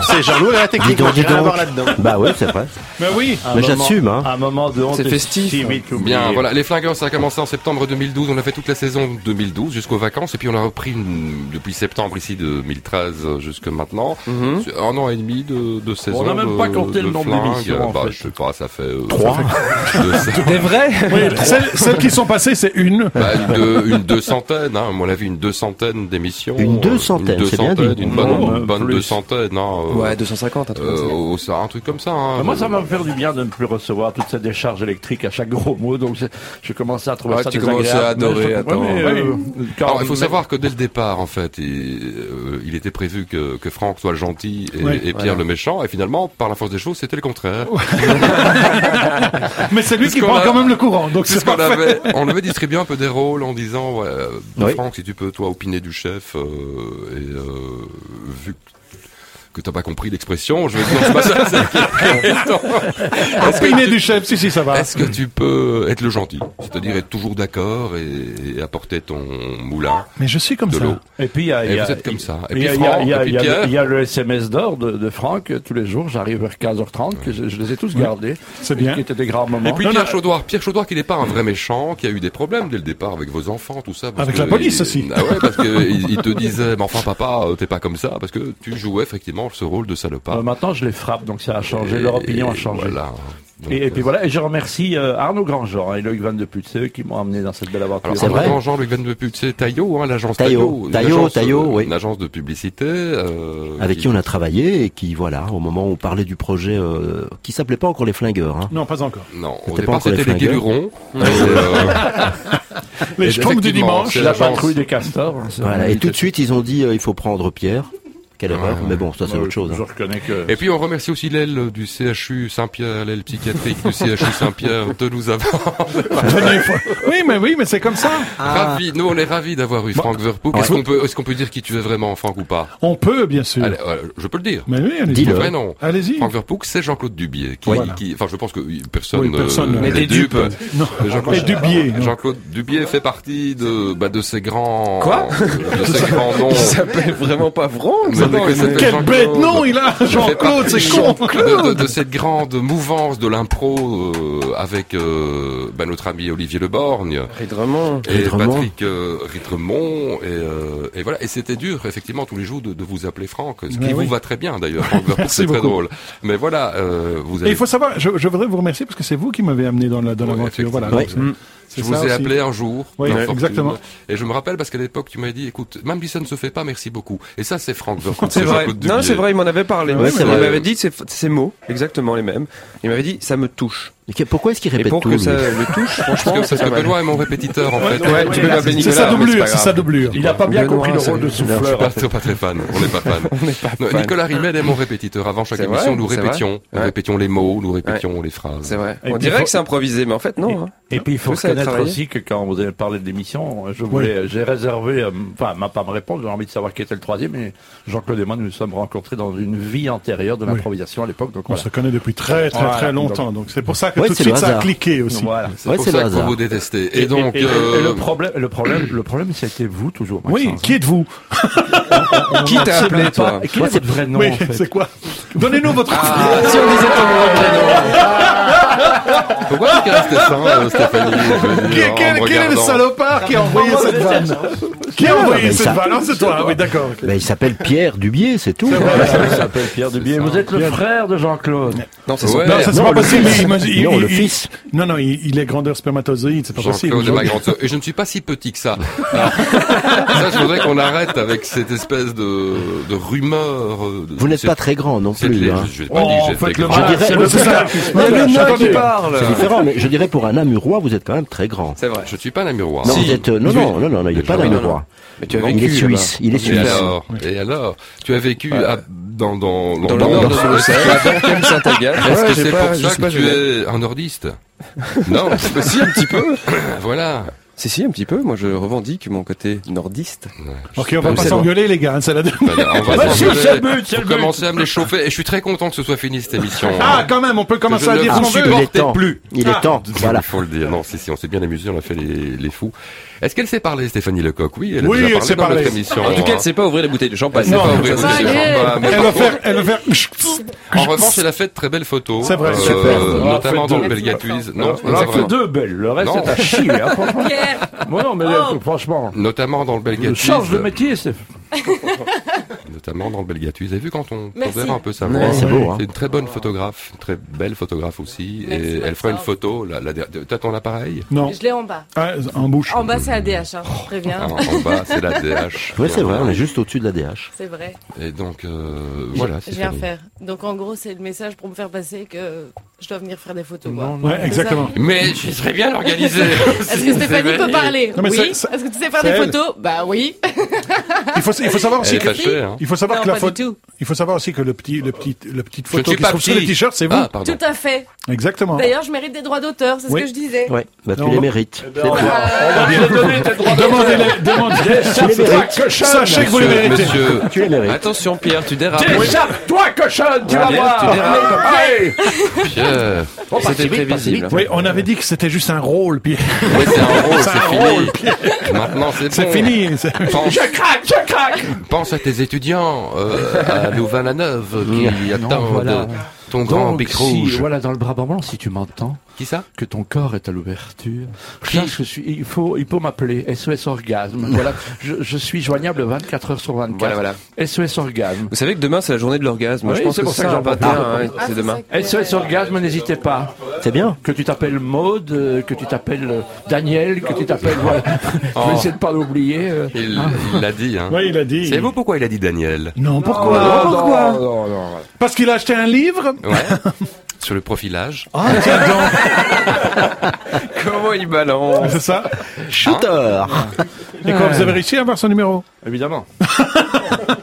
I: C'est Jean-Loup
C: Ah,
I: et la technique, moi, j'ai rien à voir là-dedans.
H: Bah ouais, c'est vrai.
G: Mais oui.
H: Mais j'assume, hein.
I: Un moment de
C: C'est festif. Bien, voilà. Les Flingueurs, ça a commencé en septembre 2012. On a fait toute la saison 2012 jusqu'aux vacances. Et puis on a repris une- depuis septembre ici 2013 jusque maintenant.
H: Mhm.
C: C'est Un an et demi de, de saison.
F: n'a même
C: de-
F: pas compté
C: de
F: le nombre
C: flingues.
F: d'émissions, en
C: Bah,
F: fait.
C: je sais pas, ça fait. euh,
F: Trois.
C: ça fait- de ça.
F: Des vrais
G: Oui, celles, celles qui sont passées, c'est une.
C: Bah, une, deux, une deux centaines, hein, à mon avis, une deux centaines d'émissions.
H: Une deux
C: Euh,
H: centaines,
C: une deux
H: c'est bien
C: centaines,
H: dit.
C: Une bonne,
H: Oh,
C: une bonne
H: plus.
C: deux centaines. Hein,
F: Ouais,
C: 250, un truc comme euh, oh, ça. un truc comme ça. hein.
F: Moi, ça m'a fait du bien de ne plus recevoir toutes ces décharges électriques à chaque gros mot, donc je- je commençais à trouver
C: Ah,
F: ça
C: tu commences à
F: désagréable, mais
C: adorer,
F: je-
C: attends.
F: Ouais, mais, euh, quand-
C: Alors, il faut
F: mais-
C: savoir que dès le départ, en fait, il, euh, il était prévu que, que Franck soit le gentil et,
F: Ouais.
C: et Pierre
F: Voilà.
C: le méchant, et finalement, par la force des choses, c'était le contraire.
G: Mais c'est lui
C: Parce
G: qui
C: qu'on
G: prend
C: a-
G: quand même le courant. Donc
C: C'est
G: c'est
C: ce qu'on
G: parfait.
C: avait, on avait distribué un peu des rôles en disant, ouais, euh,
G: Oui.
C: Franck, si tu peux, toi, opiner du chef, euh, et euh, vu que que t'as pas compris l'expression, je vais dire, c'est pas ça, c'est Est-ce que
G: Opiner
C: tu-
G: du chef, si, si, ça va.
C: Est-ce que tu peux être le gentil C'est-à-dire être toujours d'accord et, et apporter ton moulin.
G: Mais je suis comme
C: de
G: ça.
C: l'eau.
F: Et puis, il y a,
C: Et
F: il y a-
C: vous êtes comme ça. Et
F: il y a-
C: puis
F: il y a-
C: Franck,
F: il y a-
C: et puis
F: il y a-
C: Pierre.
F: Il y a le SMS d'or de, de Franck euh, tous les jours. J'arrive vers 15h30, que je, je les ai tous
C: Oui.
F: gardés.
G: C'est bien.
F: Qui étaient des grands moments.
C: Et puis Pierre Chaudoir, Pierre Chaudoir qui n'est pas un vrai méchant, qui a eu des problèmes dès le départ avec vos enfants, tout ça.
G: Avec la police
C: il-
G: aussi.
C: Ah ouais, parce que il, il te disait, mais enfin papa, euh, t'es pas comme ça, parce que tu jouais effectivement ce rôle de salopard.
F: Euh, maintenant, je les frappe, donc ça a changé.
C: Et-
F: Leur opinion a
C: et
F: changé.
C: voilà. Donc,
F: et, et puis voilà, et je remercie euh, Arnaud Grandjean et Loïc Van de Putz, c'est eux qui m'ont amené dans cette belle aventure.
C: Alors, c'est vraiment Jean-Luc Van de Putz, c'est Taillot, hein, l'agence
H: Taillot,
C: Taillot.
H: Taillot,
C: L'agence,
H: Taillot,
C: euh,
H: oui.
C: Une agence de publicité. euh,
H: Avec qui on a travaillé et qui, voilà, au moment où on parlait du projet, euh, qui s'appelait pas encore les flingueurs. Hein.
G: Non, pas encore.
C: Non,
H: C'était
C: au
H: pas
C: départ,
H: encore les
C: c'était les
H: flingueurs.
C: Guélurons.
H: Ouais.
C: Et, euh,
G: Les
C: et
G: Schtroumpfs du
C: effectivement,
G: dimanche,
C: c'est
F: la
C: l'agence-
F: patrouille des castors.
H: Voilà, et tout de suite, ils ont dit, euh, il faut prendre Pierre. quelle erreur, mais bon, ça c'est
F: Bah,
H: autre chose.
F: Je
H: hein.
F: reconnais que.
C: Et puis on remercie aussi l'aile du CHU Saint-Pierre, l'aile psychiatrique du CHU Saint-Pierre de nous avoir.
G: Oui, mais oui, mais c'est comme ça.
C: Ah. Ravi, nous on est ravis d'avoir eu Franck Verpoek. Est-ce qu'on peut, est-ce qu'on peut dire qui tu es vraiment, Franck ou pas
G: On peut, bien sûr.
C: Allez, euh, je peux le dire.
G: Mais oui, allez-y.
C: Dis-le.
G: Dis-le.
C: Vrai nom.
G: Allez-y.
C: Franck Verpoek, c'est Jean-Claude Dubier. Qui,
G: Voilà.
C: qui- enfin, je pense que personne,
G: Oui, personne,
C: euh,
G: Mais
C: n'est
G: des
C: dupe.
G: dupes. Non.
C: Mais Jean-Claude
G: Mais Dubier, non.
C: Jean-Claude Dubier fait partie de, bah, de ces grands.
L: Quoi
C: De ces grands noms.
L: Il s'appelle vraiment pas Franck.
C: Mais
L: ça
C: non, il
L: déconne.
C: s'appelle Jean-Claude. Il fait partie
L: Jean-Claude.
C: De, de- de cette grande mouvance de l'impro euh, avec euh, bah, notre ami Olivier Leborgne.
L: Rédremont.
C: Et Patrick euh, Rittremont, Et, euh, et voilà. Et c'était dur, effectivement, tous les jours de, de vous appeler Franck. Ce qui
G: Mais
C: vous
G: oui.
C: va très bien, d'ailleurs. Franck Verpoek,
G: Merci
C: c'est très
G: beaucoup.
C: drôle. Mais voilà, euh, vous
G: Et
C: avez
G: il faut savoir, je, je voudrais vous remercier parce que c'est vous qui m'avez amené dans la dans l'aventure. Voilà.
C: Ouais.
G: donc c'est-
C: Mm.
G: c'est
C: Je vous
G: ça
C: ai
G: aussi.
C: appelé un jour.
G: Oui,
C: d'infortune.
G: exactement.
C: Et je me rappelle parce qu'à l'époque, tu m'avais dit, écoute, même si ça ne se fait pas, merci beaucoup. Et ça, c'est Franck Vercourt,
L: C'est vrai.
C: Jean-Claude
L: Non,
C: Dubié.
L: c'est vrai, il m'en avait parlé.
C: Ouais, c'est
L: il
C: vrai.
L: m'avait dit ces, ces mots, exactement les mêmes. Il m'avait dit, ça me touche.
H: pourquoi est-ce qu'il
L: Et
H: répète
L: pour
H: tout,
L: que
H: lui
L: ça le touche, franchement,
C: Parce que- parce
L: ça
C: que
L: m'a-
C: Benoît est mon répétiteur, en fait.
L: ouais, tu peux m'appeler
C: c'est-
L: Nicolas,
C: c'est sa
L: mais
C: doublure,
L: pas
C: c'est sa
L: grave.
C: doublure. Il a pas bien
L: Benoît,
C: compris le
L: c'est-
C: rôle de
L: non,
C: souffleur,
L: je suis pas
C: en fait.
L: trop-
C: pas très fan. On n'est pas fan.
L: On n'est pas
C: Non,
L: fan.
C: Nicolas Rimmel est mon répétiteur. Avant chaque
L: C'est
C: émission,
L: vrai,
C: nous
L: c'est
C: répétions.
L: vrai.
C: Nous
L: Ouais.
C: répétions les mots, nous répétions les phrases.
L: C'est vrai.
F: Et
L: On
F: puis,
L: dirait
F: faut-
L: que c'est improvisé, mais en fait, non. hein.
F: Et puis il faut
L: Tout ça a
F: reconnaître
L: travaillé.
F: aussi que quand vous avez parlé de l'émission, je voulais, j'ai réservé, euh, enfin, ma pas me répondre, j'avais envie de savoir qui était le troisième, et Jean-Claude et moi nous nous sommes rencontrés dans une vie antérieure de
G: Oui.
F: l'improvisation à l'époque, donc
G: On
F: voilà.
G: se connaît depuis très très
F: Voilà,
G: très longtemps, donc c'est pour ça que tout de suite ça a cliqué aussi.
C: C'est pour ça qu'on vous détestez. Et, donc,
F: et- et
C: euh,
F: le problème, le problème, le problème, c'était vous toujours.
G: Oui, qui êtes-vous
F: Qui t'a appelé, toi
G: Quel
F: Moi,
G: est
F: c'est
G: votre
F: le vrai nom,
G: Oui,
F: en fait.
G: c'est quoi Donnez-nous votre.
C: Ah.
F: si on disait ton nom,
C: Pourquoi tu restes ça, euh, Stéphanie Je veux
G: Qui-
C: dire, en
G: quel,
C: me
G: quel est le
C: regardant.
G: salopard qui a envoyé cette vanne Qui a
H: Non,
G: envoyé
H: mais
G: cette
H: ça-
G: vanne Non, c'est toi, oui, d'accord.
H: Ben, il s'appelle Pierre Dubier, c'est tout.
F: Il s'appelle Pierre Dubier. Vous êtes le frère de Jean-Claude.
L: Non,
H: c'est son
G: Non,
H: père.
G: ça c'est
H: Non,
G: pas
H: le
G: possible.
H: fils.
G: il me- il-
H: Non,
G: il-
H: le
G: il-
H: fils.
G: Non, non, il, il est grandeur spermatozoïde, c'est pas possible.
C: Jean-Claude est ma grande sœur. Et je ne suis pas si petit que ça. Alors, ça, je voudrais qu'on arrête avec cette espèce de, de rumeur. euh, de-
H: Vous n'êtes
C: c'est-
H: pas très grand non
C: c'est-
H: plus. hein.
C: Je n'ai pas
F: Oh,
C: dit que j'étais grand.
H: Je dirais-
C: Je dirais-
H: C'est différent, mais je dirais pour un Amurois, vous êtes quand même très grand.
C: C'est vrai. Je ne suis pas un Amurois.
H: Non, vous êtes, euh, non, non, non, non, non, il n'est pas
C: Non,
H: d'un
C: non,
H: Amurois.
L: Mais tu as
H: il est
L: vécu là-bas.
H: suisse. Il est
C: hein. Et
H: suisse.
C: alors, et alors Tu as vécu à- dans, dans,
L: Dans le nord de l'Océan, à Berkem, Saint-Agate.
C: Est-ce
L: Ouais,
C: que
L: j'ai
C: c'est
L: pas-
C: pour
L: je
C: ça
L: sais
C: que
L: pas,
C: tu es un nordiste Non, c'est
L: Si,
C: possible.
L: un petit peu.
C: Voilà.
L: Si, si, un petit peu. Moi, je revendique mon côté nordiste.
G: Ok, on va pas s'engueuler, les gars, hein, c'est la dernière.
C: On va
G: Bah, si,
C: s'engueuler
G: c'est le but, c'est
C: pour
G: le but.
C: commencer à me les chauffer. Et je suis très content que ce soit fini cette émission.
G: Ah, quand même, on peut commencer à dire ce qu'on veut.
C: Il
G: Il est temps.
C: plus.
G: Il est Ah. temps,
C: Voilà. Il faut le dire. Non, si, si, on s'est bien amusé, on a fait les, les fous. Est-ce qu'elle s'est parlée, Stéphanie Lecoq Oui, elle a
G: Oui,
C: déjà
G: elle
C: parlé
G: s'est
C: dans
G: parlé.
C: notre émission.
L: En tout cas, elle
C: hein.
L: sait Ah, pas ouvrir les bouteilles de champagne.
C: Elle sait pas ouvrir
L: Ça,
C: les
L: c'est
C: bouteilles de
L: clair.
C: champagne, mais
G: Elle
C: par
G: va
C: contre-
G: faire, elle va faire.
C: En revanche, elle a fait de très belles photos.
G: C'est vrai,
C: euh,
G: super.
F: On en
C: Notamment
F: fait
C: dans
F: deux.
C: le Belgatuise. Non,
F: On en
C: c'est
F: fait
C: vrai.
F: deux belles. Le reste,
C: Non.
F: c'est à chier, hein, franchement. Moi, non, mais
S: Oh.
F: là, franchement.
C: Notamment dans le
F: Je
C: Belgatuise.
F: change de métier, c'est.
C: notamment dans le Belgatuis. Vous avez vu quand on
F: Merci.
C: pondère un peu sa
F: Ouais,
C: voix
F: c'est beau, hein.
C: une très bonne photographe, une très belle photographe aussi.
S: Merci,
C: et elle fera une photo. La, la, der- T'as ton appareil
G: Non.
S: Je l'ai en bas.
G: Ah, en bouche. Oh.
S: En bas, c'est ADH, hein. je
C: Ah,
S: préviens.
C: en, en bas, c'est la DH.
H: Oui, c'est vrai, on est juste au-dessus de la DH.
S: C'est vrai.
C: Et donc, euh, voilà.
S: Je viens faire. Donc, en gros, c'est le message pour me faire passer que je dois venir faire des photos. quoi. C'est ça
C: Mais je serais bien organisé.
S: Est-ce que Stéphanie peut parler
G: Non, mais
S: Oui.
G: c'est- c'est-
S: Est-ce que tu sais faire
G: c'est
S: des
G: elle.
S: photos Bah oui.
G: Il faut, il faut savoir aussi
C: Elle est
G: que,
C: fâchée, hein.
G: il faut savoir que
S: Non,
G: la
S: pas
G: photo, il faut savoir aussi que le petit, le petit, le petite
C: Je
G: photo
C: suis
G: qui
C: pas
G: se trouve sur
C: petit.
G: le t-shirt, c'est vous.
C: Ah, pardon.
S: Tout à fait.
G: Exactement.
S: D'ailleurs, je mérite des droits d'auteur, c'est
G: Oui.
S: ce que je disais.
H: Ouais, bah,
G: Non,
H: tu les
G: on-
H: mérites.
G: on va- Demandez-les, demandez
H: Tu les mérites.
G: Sachez que vous les
L: Monsieur,
G: méritez.
L: monsieur,
H: Tu les mérites.
L: Attention, Pierre, tu dérapes.
F: Décharpe toi, cochonne, tu
L: Ah,
F: vas
L: bien,
F: voir.
L: tu dérapes.
F: Allez.
C: Pierre.
G: bah,
F: Oh, pas si
L: C'était
F: vite, pas si
L: prévisible.
F: vite.
G: Oui, on avait dit que c'était juste un rôle, puis
C: Oui, c'est un rôle,
G: C'est un rôle,
C: c'est fini. Maintenant, c'est bon.
G: c'est fini. c'est-
C: Pense,
F: craque, je craque.
C: pense à tes étudiants euh, à Louvain-la-Neuve qui
F: Non,
C: attendent
F: voilà.
C: ton grand
F: Donc,
C: bic
F: si,
C: rouge.
F: Voilà, dans le Brabant blanc, si tu m'entends.
C: Qui ça
F: Que ton corps est à l'ouverture. Sache que Je suis, il faut, il faut m'appeler SOS Orgasme. voilà, je, je suis joignable 24 heures sur 24.
L: Voilà, voilà.
F: SOS Orgasme.
L: Vous savez que demain, c'est la journée de l'orgasme.
F: Oui,
L: je pense
F: c'est
L: que
F: pour ça que
L: c'est
F: j'en
L: un
F: parle.
L: 21,
F: Ah.
L: hein,
F: Ah,
L: c'est demain.
F: SOS Orgasme, n'hésitez pas.
H: C'est bien.
F: Que tu t'appelles Maude, euh, que tu t'appelles euh, Daniel, que tu t'appelles. Voilà. Je vais essayer de pas l'oublier. euh.
C: Il il l'a dit, hein.
G: Oui, il a dit.
C: Savez-vous pourquoi il a dit Daniel
G: Non, pourquoi
F: Non, non,
G: Pourquoi
F: non, non, voilà.
G: Parce qu'il a acheté un livre.
C: Ouais. Sur le profilage.
G: Ah, tiens donc.
L: Comment il balance
G: C'est ça.
H: Shooter
L: Hein
G: Et quand vous avez réussi à avoir son numéro
F: Évidemment.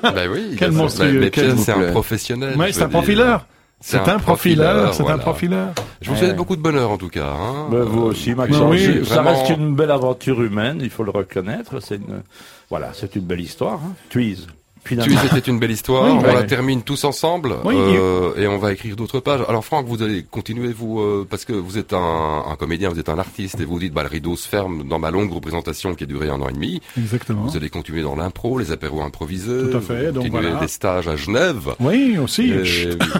C: Bah oui,
G: Quel
C: il a-
G: monstrueux,
C: mais
G: quel-
C: Pierre, c'est
G: s'il vous
C: un
G: plaît.
C: professionnel.
G: Ouais,
C: je
G: c'est un
C: veux dire.
G: profileur. C'est un profileur, c'est un
C: voilà.
G: profileur.
C: Je vous
G: Ouais,
C: souhaite
G: ouais.
C: beaucoup de bonheur en tout cas. hein.
F: Ben, vous
C: Euh,
F: aussi, Maxence.
C: oui,
F: C'est- ça
C: vraiment.
F: reste une belle aventure humaine, il faut le reconnaître. C'est une, voilà, c'est une belle histoire. Hein. Tweeze.
C: Tu c'était une belle histoire.
F: Oui,
C: on
F: ouais.
C: la termine tous ensemble
F: Oui,
C: euh, et on va écrire d'autres pages. Alors Franck, vous allez continuer vous euh, parce que vous êtes un, un comédien, vous êêtes un artiste et vous dites bah le rideau se ferme dans ma longue représentation qui a duré un an et demi.
G: Exactement.
C: Vous allez continuer dans l'impro, les apéros improvisés.
G: Tout à fait,
C: vous
G: donc
C: continuez
G: voilà.
C: des stages à Genève.
G: Oui, aussi.
C: Et-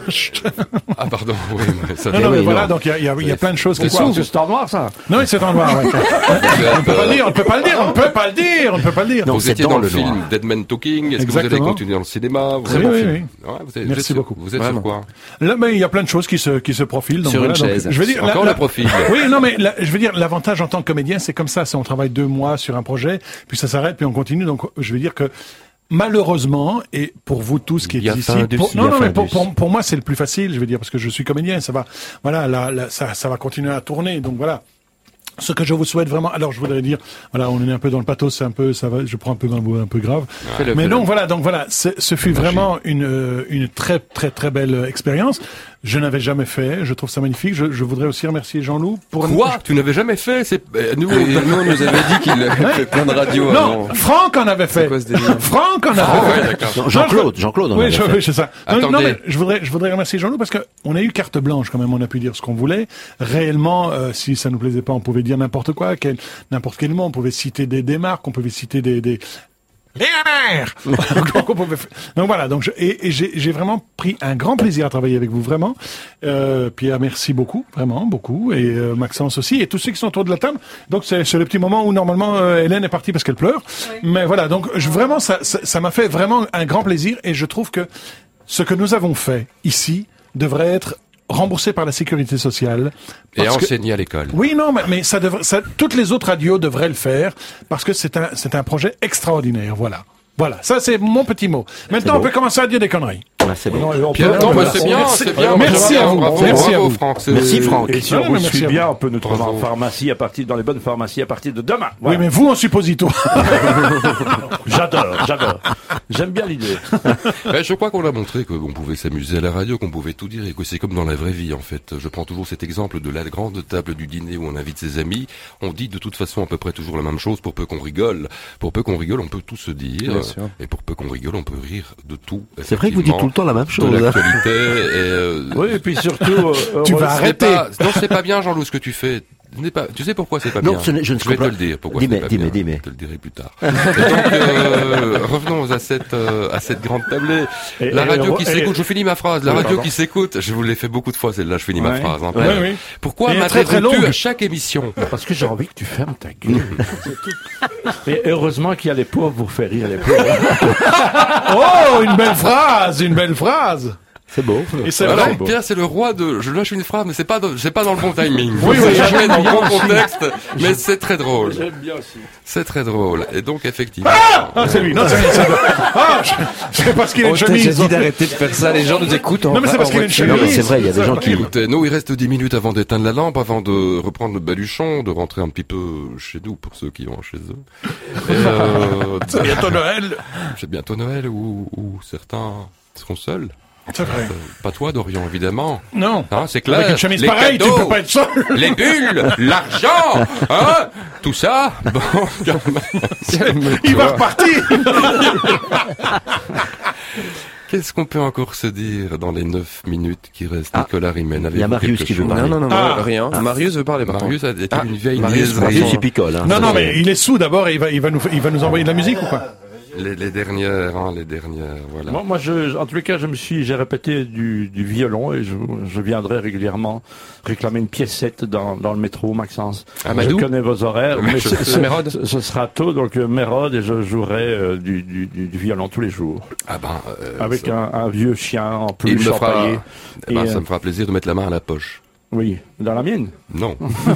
G: Chut,
C: ah pardon. Oui, mais ça
G: Non, non, mais voilà, donc il y a- il y, a- il y a plein de choses qui
F: Pourquoi
G: s'ouvrent.
F: C'est Star Wars, ça
G: Non, oui, c'est en noir. ouais. on ne peut pas le dire, on ne peut pas le dire, on ne peut pas le dire, on ne peut pas le dire.
C: vous étiez dans, le film Dead Man Talking. Est-ce que vous allez
G: Exactement.
C: continuer dans le cinéma Vous
G: Très
C: êtes-
G: bon film.
C: Ouais, vous êtes- vous êtes
G: Merci
C: sur-
G: beaucoup.
C: Vous êtes sur quoi
G: Là, mais il y a plein de choses qui se qui se profilent. Donc
C: Sur une
G: voilà, donc,
C: chaise.
G: je veux dire,
C: Encore le profil.
G: Oui, non, mais la- je veux dire, l'avantage en tant que comédien, c'est comme ça. C'est on travaille deux mois sur un projet, puis ça s'arrête, puis on continue. Donc, je veux dire que malheureusement, et pour vous tous qui
F: Il y a
G: êtes ici,
F: fin du-
G: pour,
F: il y a
G: non, non,
F: fin
G: mais pour,
F: du-
G: pour, pour moi, c'est le plus facile. Je veux dire parce que je suis comédien, ça va. Voilà, là, là, ça, ça va continuer à tourner. Donc voilà. Ce que je vous souhaite vraiment, alors je voudrais dire, voilà, on est un peu dans le pathos, c'est un peu, ça va, je prends un peu un mot un peu grave,
C: Fais-le,
G: mais
C: fais-le.
G: non, voilà, donc voilà, ce ce fut vraiment une, euh, une très très très belle euh, expérience. Je n'avais jamais fait, je trouve ça magnifique. Je, je voudrais aussi remercier Jean-Loup pour
C: Quoi Tu n'avais jamais fait C'est euh, nous.
L: Et nous, on nous avait dit qu'il
G: Ouais.
L: avait fait plein de radios
G: Non,
L: avant.
G: Franck en avait fait. Franck en avait fait.
L: Ah, d'accord.
G: Non,
L: Jean-Claude,
G: je-
L: Jean-Claude en
G: Oui,
L: avait
G: je-
L: fait.
G: oui, c'est ça. Non,
L: Attendez.
G: non, mais je voudrais, je voudrais remercier Jean-Loup parce que on a eu carte blanche quand même. On a pu dire ce qu'on voulait. Réellement, euh, si ça nous plaisait pas, on pouvait dire n'importe quoi, quel- n'importe quel mot. On pouvait citer des, des marques, on pouvait citer des, des, Millionnaire donc, on pouvait faire- donc voilà, donc je- et, et j'ai j'ai vraiment pris un grand plaisir à travailler avec vous, vraiment. Euh, Pierre, merci beaucoup, vraiment beaucoup, et euh, Maxence aussi, et tous ceux qui sont autour de la table. Donc c'est c'est le petit moment où normalement euh, Hélène est partie parce qu'elle pleure, mais voilà, donc je, vraiment ça ça ça m'a fait vraiment un grand plaisir, et je trouve que ce que nous avons fait ici devrait être remboursé par la sécurité sociale.
C: Et
G: parce que-
C: enseigné à l'école.
G: oui, non, mais, mais ça devrait, ça, toutes les autres radios devraient le faire parce que c'est un, c'est un projet extraordinaire. Voilà. Voilà. Ça, c'est mon petit mot. Maintenant, on
H: beau.
G: peut commencer à dire des conneries.
H: Ah, c'est
G: Non, et on
C: Pierre,
G: peut-
C: non,
G: on
C: mais
G: peut-
C: c'est bien,
G: merci-
C: c'est bien.
G: Merci à
C: Bravo,
G: vous.
C: bravo,
G: Merci à
C: bravo,
G: vous.
C: Franck, c'est-
F: Merci Franck. Et si
G: Non,
C: Ah,
F: on
G: non,
F: vous
G: mais merci
F: suit
G: à
F: bien,
G: vous.
F: on peut nous trouver en pharmacie à partir dans les bonnes pharmacies à partir de demain.
G: Oui, mais vous, en supposito.
F: J'adore, j'adore. J'aime bien l'idée.
C: Ben, je crois qu'on a montré que qu'on pouvait s'amuser à la radio, qu'on pouvait tout dire et que c'est comme dans la vraie vie en fait. Je prends toujours cet exemple de la grande table du dîner où on invite ses amis. On dit de toute façon à peu près toujours la même chose pour peu qu'on rigole. Pour peu qu'on rigole, on peut tout se dire.
H: Bien sûr.
C: Et pour peu qu'on rigole, on peut rire de tout.
H: C'est vrai que vous dites tout le temps la même
C: De
H: chose, hein.
C: l'actualité. et,
F: Oui, et puis surtout, euh,
H: Tu euh, vas
C: Ce n'est
H: arrêter.
C: pas- non, c'est pas bien, Jean-Loup, ce que tu fais. Ce n'est Pas, tu sais pourquoi c'est pas
H: Non,
C: bien
H: ce n'est- je ne
C: vais te
H: comprends-
C: le dire. Pourquoi
H: Dis-moi,
C: c'est pas
H: dis-moi,
C: bien.
H: dis-moi.
C: Je te le dirai plus tard. Et donc, euh, revenons à cette, euh, à cette grande tablée.
F: Et-
C: la
F: et
C: radio
F: on-
C: qui
F: et-
C: s'écoute, je finis ma phrase. La
F: Oui,
C: radio
F: pardon.
C: qui s'écoute, je vous l'ai fait beaucoup de fois celle-là, je finis ma
F: Ouais.
C: phrase. hein,
F: Ouais,
C: Pierre.
F: oui.
C: Pourquoi
F: Et elle est très, très
C: m'interromps-tu
F: longue.
C: à chaque émission
F: Parce que j'ai envie que tu fermes ta gueule. Et heureusement qu'il y a les pauvres pour faire rire les pauvres.
G: Oh, une belle phrase, une belle phrase.
H: C'est beau.
G: Et c'est
C: Alors,
G: vrai.
C: Pierre, c'est le roi de. Je lâche une phrase, mais c'est pas, dans- c'est pas dans le bon timing.
G: Oui, oui,
C: je mets dans le
G: j'aime
C: bon
G: bien
C: contexte,
G: aussi.
C: mais c'est très drôle.
F: J'aime bien aussi.
C: C'est très drôle. Et donc, effectivement.
G: Ah, c'est lui. Non, c'est lui. c'est lui. Ah, je, je sais parce qu'il a
H: Oh,
G: une
L: On t'a déjà
G: chemise.
L: dit d'arrêter de faire ça, les gens nous écoutent. en-
H: hein.
G: Non, mais c'est parce
L: en
G: qu'il a une
L: voiture.
G: chemise. Non, mais c'est vrai,
H: il y a des gens qui-
C: Écoutez, nous, il reste 10 minutes avant d'éteindre la lampe, avant de reprendre le baluchon, de rentrer un petit peu chez nous, pour ceux qui vont chez eux. Et, euh,
G: C'est bientôt Noël.
C: C'est bientôt Noël, où, où certains seront seuls.
G: C'est vrai.
C: Euh, Pas toi, Dorian, évidemment.
G: Non.
C: Hein, c'est clair.
G: Avec une chemise
C: Les
G: pareille, tu
C: cadeaux,
G: peux pas être seul.
C: Les bulles, l'argent, hein, tout ça. Bon, calme-
G: Il va
C: calme-toi.
G: repartir.
C: Qu'est-ce qu'on peut encore se dire dans les 9 minutes qui restent Nicolas Rimen
H: il y a Marius qui veut parler.
L: Non, non, non,
G: Ah.
L: rien.
H: Ah.
L: Marius veut parler, par
C: Marius a
L: contre.
C: été
L: Ah,
C: une vieille
L: Marius,
C: niaiserie.
H: Marius, il picole. Hein,
G: Non, non,
H: Ça,
G: mais il est sous d'abord et il va, il va nous, il va nous envoyer de la musique ou quoi?
C: Les, les dernières, hein, les dernières, voilà.
F: Moi, moi, je, en tous les cas, je me suis, j'ai répété du, du violon et je, je viendrai régulièrement réclamer une piécette dans, dans le métro, Maxence.
C: Amadou
F: je connais vos horaires,
C: Ah, Mais
F: mais
C: je-
F: ce, ce-
C: Mérode
F: ce- ce sera tôt, donc euh, Mérode et je jouerai euh, du, du, du, du violon tous les jours
C: Ah ben, euh,
F: avec
C: ça-
F: un, un vieux chien en
C: il
F: plus
C: me fera,
F: empaillé.
C: eh ben,
F: Et,
C: ça
F: euh,
C: me fera plaisir de mettre la main à la poche.
F: Oui, dans la mienne.
C: Non.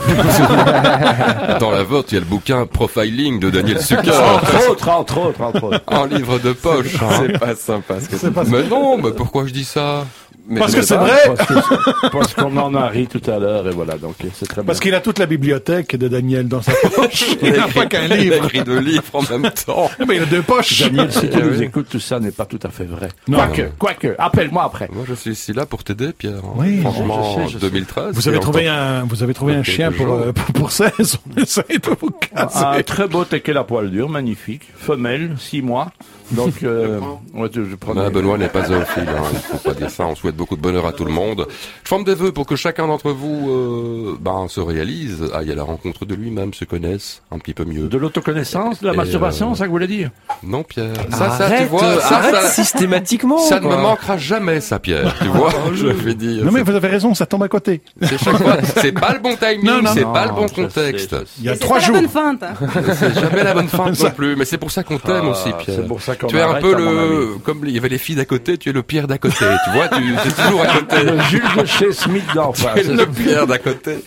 C: Dans la vôtre, il y a le bouquin Profiling de Daniel Zucker.
F: entre autres, entre autres, entre autres.
C: En livre de poche. hein.
L: C'est pas sympa ce que
C: Mais non, mais pourquoi je dis ça
L: mais
G: Parce
L: je
G: que
L: n'ai
G: c'est
L: pas.
G: vrai.
F: Je pense qu'on en a ri tout à l'heure, et voilà, donc c'est très bien.
G: Parce qu'il a toute la bibliothèque de Daniel dans sa poche. Il n'a pas qu'un
F: Il a
G: livre.
F: écrit deux livres en même temps.
G: Mais il a deux poches.
F: Daniel, si tu
G: Eh
F: nous
G: oui.
F: écoutes, tout ça n'est pas tout à fait vrai.
G: Non.
F: Quoique, quoique, appelle-moi après.
C: Moi, je suis ici là pour t'aider, Pierre. hein.
G: Oui.
C: Franchement,
G: Je sais, je sais.
C: 2013.
G: Vous avez
C: c'est
G: trouvé
C: encore-
G: un, vous avez trouvé un
C: Quelques
G: chien pour,
C: jours.
G: euh, pour, pour 16. On essaie de vous casser.
F: Un très beau teckel à poil dur, magnifique, femelle, 6 mois. Donc, euh, ouais, je je prends.
C: Non, Ah, Bah, ben, Benoît n'est pas zoophile, hein, il faut pas dire ça. On souhaite beaucoup de bonheur à tout le monde. Je forme des vœux pour que chacun d'entre vous euh, ben, se réalise, aille à la rencontre de lui-même, se connaisse un petit peu mieux.
F: De l'autoconnaissance, de la
C: Et,
F: masturbation,
C: euh,
F: ça que vous voulez dire
C: Non, Pierre. Ça, ça, tu
F: Arrête,
C: vois,
F: euh,
C: ça,
F: arrête
C: ça-
F: systématiquement,
C: Ça ne
F: quoi.
C: me manquera jamais, ça, Pierre. Tu vois, je vais dire.
G: Ah, Non mais vous avez raison, ça tombe à côté.
C: C'est chaque fois- c'est pas le bon
G: Non,
C: timing,
G: non.
C: c'est pas le bon
G: Non, je
C: contexte.
G: Il y a
K: C'est
G: trois
K: pas
G: jours.
K: la bonne feinte. hein.
C: C'est jamais la bonne fin non plus, mais c'est pour ça qu'on t'aime
F: Ah,
C: aussi, Pierre.
F: c'est pour ça qu'on
C: tu es un
F: m'arrête,
C: peu
F: à mon
C: le, comme il y avait les filles d'à côté, tu es le Pierre d'à côté. tu vois, tu es toujours à côté.
F: Le Jules de chez Smith d'en face.
C: Tu es le Pierre d'à côté.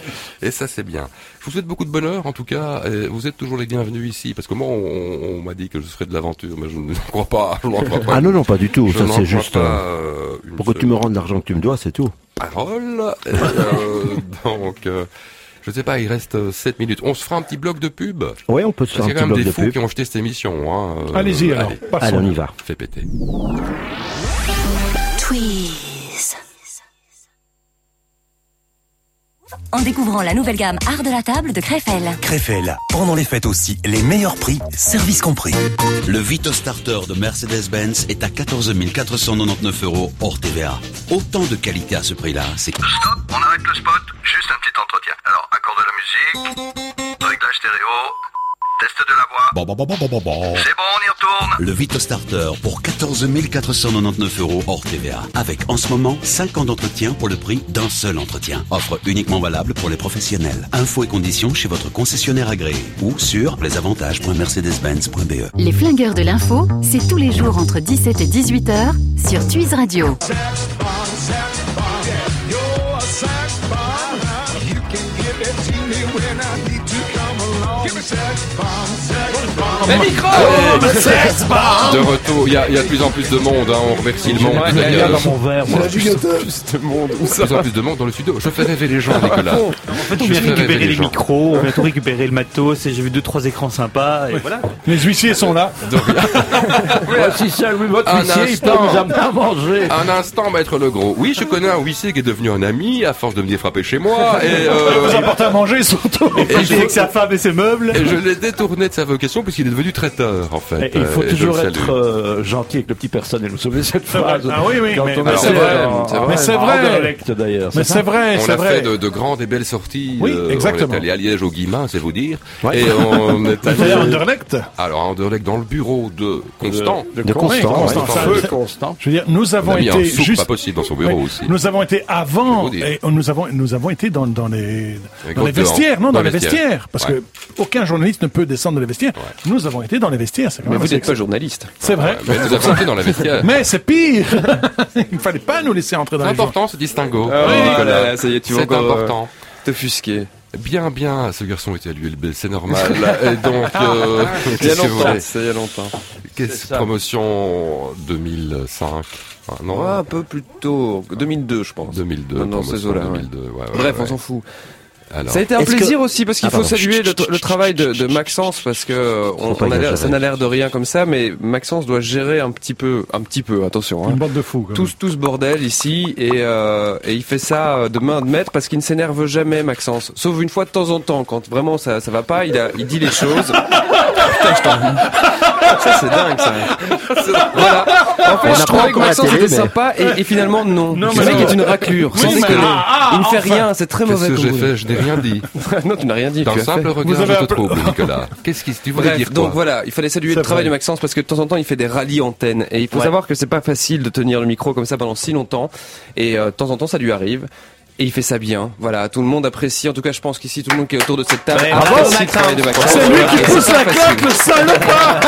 C: Et ça, c'est bien. Je vous souhaite beaucoup de bonheur, en tout cas. Et vous êtes toujours les bienvenus ici, parce que moi, on, on m'a dit que je serais de l'aventure, mais je ne crois pas. Je n'en crois pas.
H: Ah non, non, pas du tout.
C: Je
H: ça,
C: n'en
H: c'est
C: crois
H: juste.
C: pas,
H: euh,
C: euh, une
H: pour que tu me rendes l'argent que tu me dois, c'est tout.
C: parole. Et, euh, donc, euh, je sais pas, il reste euh, 7 minutes. On se fera un petit bloc de pub.
H: Ouais, on peut se
C: Parce
H: faire
C: qu'il y a
H: un petit
C: quand même
H: bloc
C: des
H: de
C: fous
H: pub.
C: qui ont jeté cette émission. Hein. Euh,
H: Allez-y, alors. Passons. Allez, on y va.
C: Fais péter.
N: Tweez. En découvrant la nouvelle gamme Art de la table de Krefel.
O: Krefel, pendant les fêtes aussi, les meilleurs prix, service compris.
Q: Le Vito Starter de Mercedes-Benz est à 14 499 euros hors TVA. Autant de qualité à ce prix-là, c'est
R: Stop, on arrête le spot, juste un petit entretien. Alors, accord de la musique, réglage stéréo, test de la voix.
Q: bon, bon, bon, bon, bon, bon, bon.
R: C'est bon, on y retourne.
Q: Le Vito Starter pour 14 499 euros hors TVA. Avec en ce moment 5 ans d'entretien pour le prix d'un seul entretien. Offre uniquement valable pour les professionnels. Infos et conditions chez votre concessionnaire agréé ou sur lesavantages.mercedes-benz.be.
A: Les flingueurs de l'info, c'est tous les jours entre 17 et 18 heures sur Twiz Radio.
R: Les micros
C: De retour, il y, a il y a de plus en plus de monde, hein. on remercie le monde.
F: J'aimerais qu'il y ait
C: D'ailleurs,
F: dans mon verre, moi.
C: il y a de plus en plus de monde. De plus en plus de monde dans le studio. Je fais rêver les gens, Nicolas.
E: En fait, on
C: Je
E: vient
C: fais rêver
E: récupérer les
C: gens.
E: micros, on vient tout récupérer le matos, et j'ai vu deux, trois écrans sympas, et voilà.
G: Les huissiers sont là.
C: Ah.
F: si seulement votre
C: Un
F: huissier, il peut
C: instant.
F: nous amener à manger.
C: Un instant, maître Legros. Oui, je connais un huissier qui est devenu un ami à force de venir frapper chez moi. Et, euh,
G: Vous apportez à manger surtout.
C: Et
E: Il
C: je-
E: est avec sa femme et ses meubles.
C: et je l'ai détourné de sa vocation puisqu'il est devenu traiteur, en fait.
F: Et il faut
C: Euh, et je
F: toujours
C: le salue.
F: être euh, gentil avec le petit personnel. Vous savez cette phrase
G: Ah oui, oui,
F: Quand
G: mais-
F: on
G: mais
F: est
G: c'est vrai,
F: en-
C: Ah, c'est vrai.
F: en-
G: Mais c'est
F: en
G: vrai.
F: dialecte, d'ailleurs.
G: Mais c'est vrai,
C: On
G: c'est
C: a
G: vrai.
C: fait de, de grandes et belles sorties. euh,
G: Oui,
C: On
G: exactement.
C: est allé à Liège au Guimin, c'est vous dire. Et on est
G: Vous allez
C: allé
G: à Anderlecht
C: Alors, à Anderlecht, dans le bureau de Constant.
F: De,
G: De Constant,
F: Constant,
G: ouais.
F: Constant,
G: Ça,
F: feu
G: je-
F: Constant.
G: Je veux dire, nous
C: On
G: avons
C: a mis un
G: été
C: soupe
G: juste.
C: pas possible dans son bureau
G: Oui.
C: aussi.
G: Nous avons été avant
C: Je vais vous dire.
G: et on- nous avons nous avons été dans, dans les dans
C: gros
G: les
C: plans.
G: vestiaires non
C: Dans
G: dans,
C: les
G: les
C: vestiaires.
G: vestiaires, parce
C: Ouais.
G: que aucun journaliste ne peut descendre dans les vestiaires. Nous avons été dans les vestiaires, c'est quand
L: Mais
G: même
L: vous
G: assez
L: n'êtes pas
G: excellent.
L: journaliste. Euh,
G: C'est vrai.
C: Mais nous avons été dans la vestiaire.
G: Mais c'est pire. Il fallait pas nous laisser entrer dans
C: C'est
G: les
C: important ce distinguo.
L: Ah oui,
C: Nicolas.
L: là, là, ça y est, tu vas
C: C'est
L: encore, euh,
C: important.
L: T'offusquer.
C: Bien, bien, ce garçon était à l'ULB, c'est normal. Et donc, euh,
L: Ah, Il y a
C: qu'est-ce que vous
L: longtemps.
C: voulez
L: C'est il y a longtemps.
C: Qu'est-ce- promotion 2005 Ah, Non,
L: Ouais, un peu plus tôt. 2002, je pense.
C: 2002.
L: Non, non,
C: promotion
L: ces eaux-là, ouais.
C: 2002, ouais, ouais,
L: Bref,
C: ouais.
L: on s'en fout.
C: Alors.
L: Ça a été un
C: Est-ce
L: plaisir
C: que-
L: aussi parce qu'il
C: Ah,
L: faut
C: pardon.
L: saluer le, le travail de, de Maxence parce que euh, on,
H: Faut pas
L: on a
H: exagérer.
L: l'air- ça n'a l'air de rien comme ça, mais Maxence doit gérer un petit peu, un petit peu, attention. hein.
G: Une bande de fous. quand même.
L: tout, ce- tout ce bordel ici et, euh, et il fait ça euh, de main de maître parce qu'il ne s'énerve jamais Maxence sauf une fois de temps en temps quand vraiment ça ça va pas il a- il dit les choses Putain, je t'en- ça c'est dingue ça voilà en fait
H: On n'a
L: je
H: pas
L: trouvais que
H: encore la
L: Maxence
H: télé,
L: était
H: mais-
L: sympa et, et finalement non,
G: Non,
L: ce
G: mais
L: mec
G: non.
L: est une raclure
G: Oui,
L: sans
G: mais-
L: déconner
G: Ah, ah,
L: il ne fait
G: enfin.
L: rien c'est très
C: Qu'est-ce
L: mauvais
C: que
L: comme
C: j'ai
L: boulot.
C: fait Je n'ai rien dit.
L: non tu n'as rien dit
C: D'un
L: tu as fait.
C: simple regard,
G: avez
C: je te
G: un peu-
C: trouble, Nicolas. Qu'est-ce que tu voulais
L: Bref,
C: dire
L: donc
C: toi
L: voilà, il fallait saluer
G: C'est
L: le travail
G: vrai.
L: de Maxence parce que de temps en temps il fait des rallyes antennes et il faut
E: Ouais.
L: savoir que c'est pas facile de tenir le micro comme ça pendant si longtemps et euh, de temps en temps ça lui arrive. Et il fait ça bien. Voilà, tout le monde apprécie. En tout cas, je pense qu'ici, tout le monde qui est autour de cette table
R: Ouais, bravo,
L: apprécie le
R: Maxence.
L: travail de Ben, Maxence.
R: C'est lui
L: Voilà,
R: qui
L: et
R: pousse
L: c'est
R: la
L: pas
R: clope,
L: facile.
R: le salopard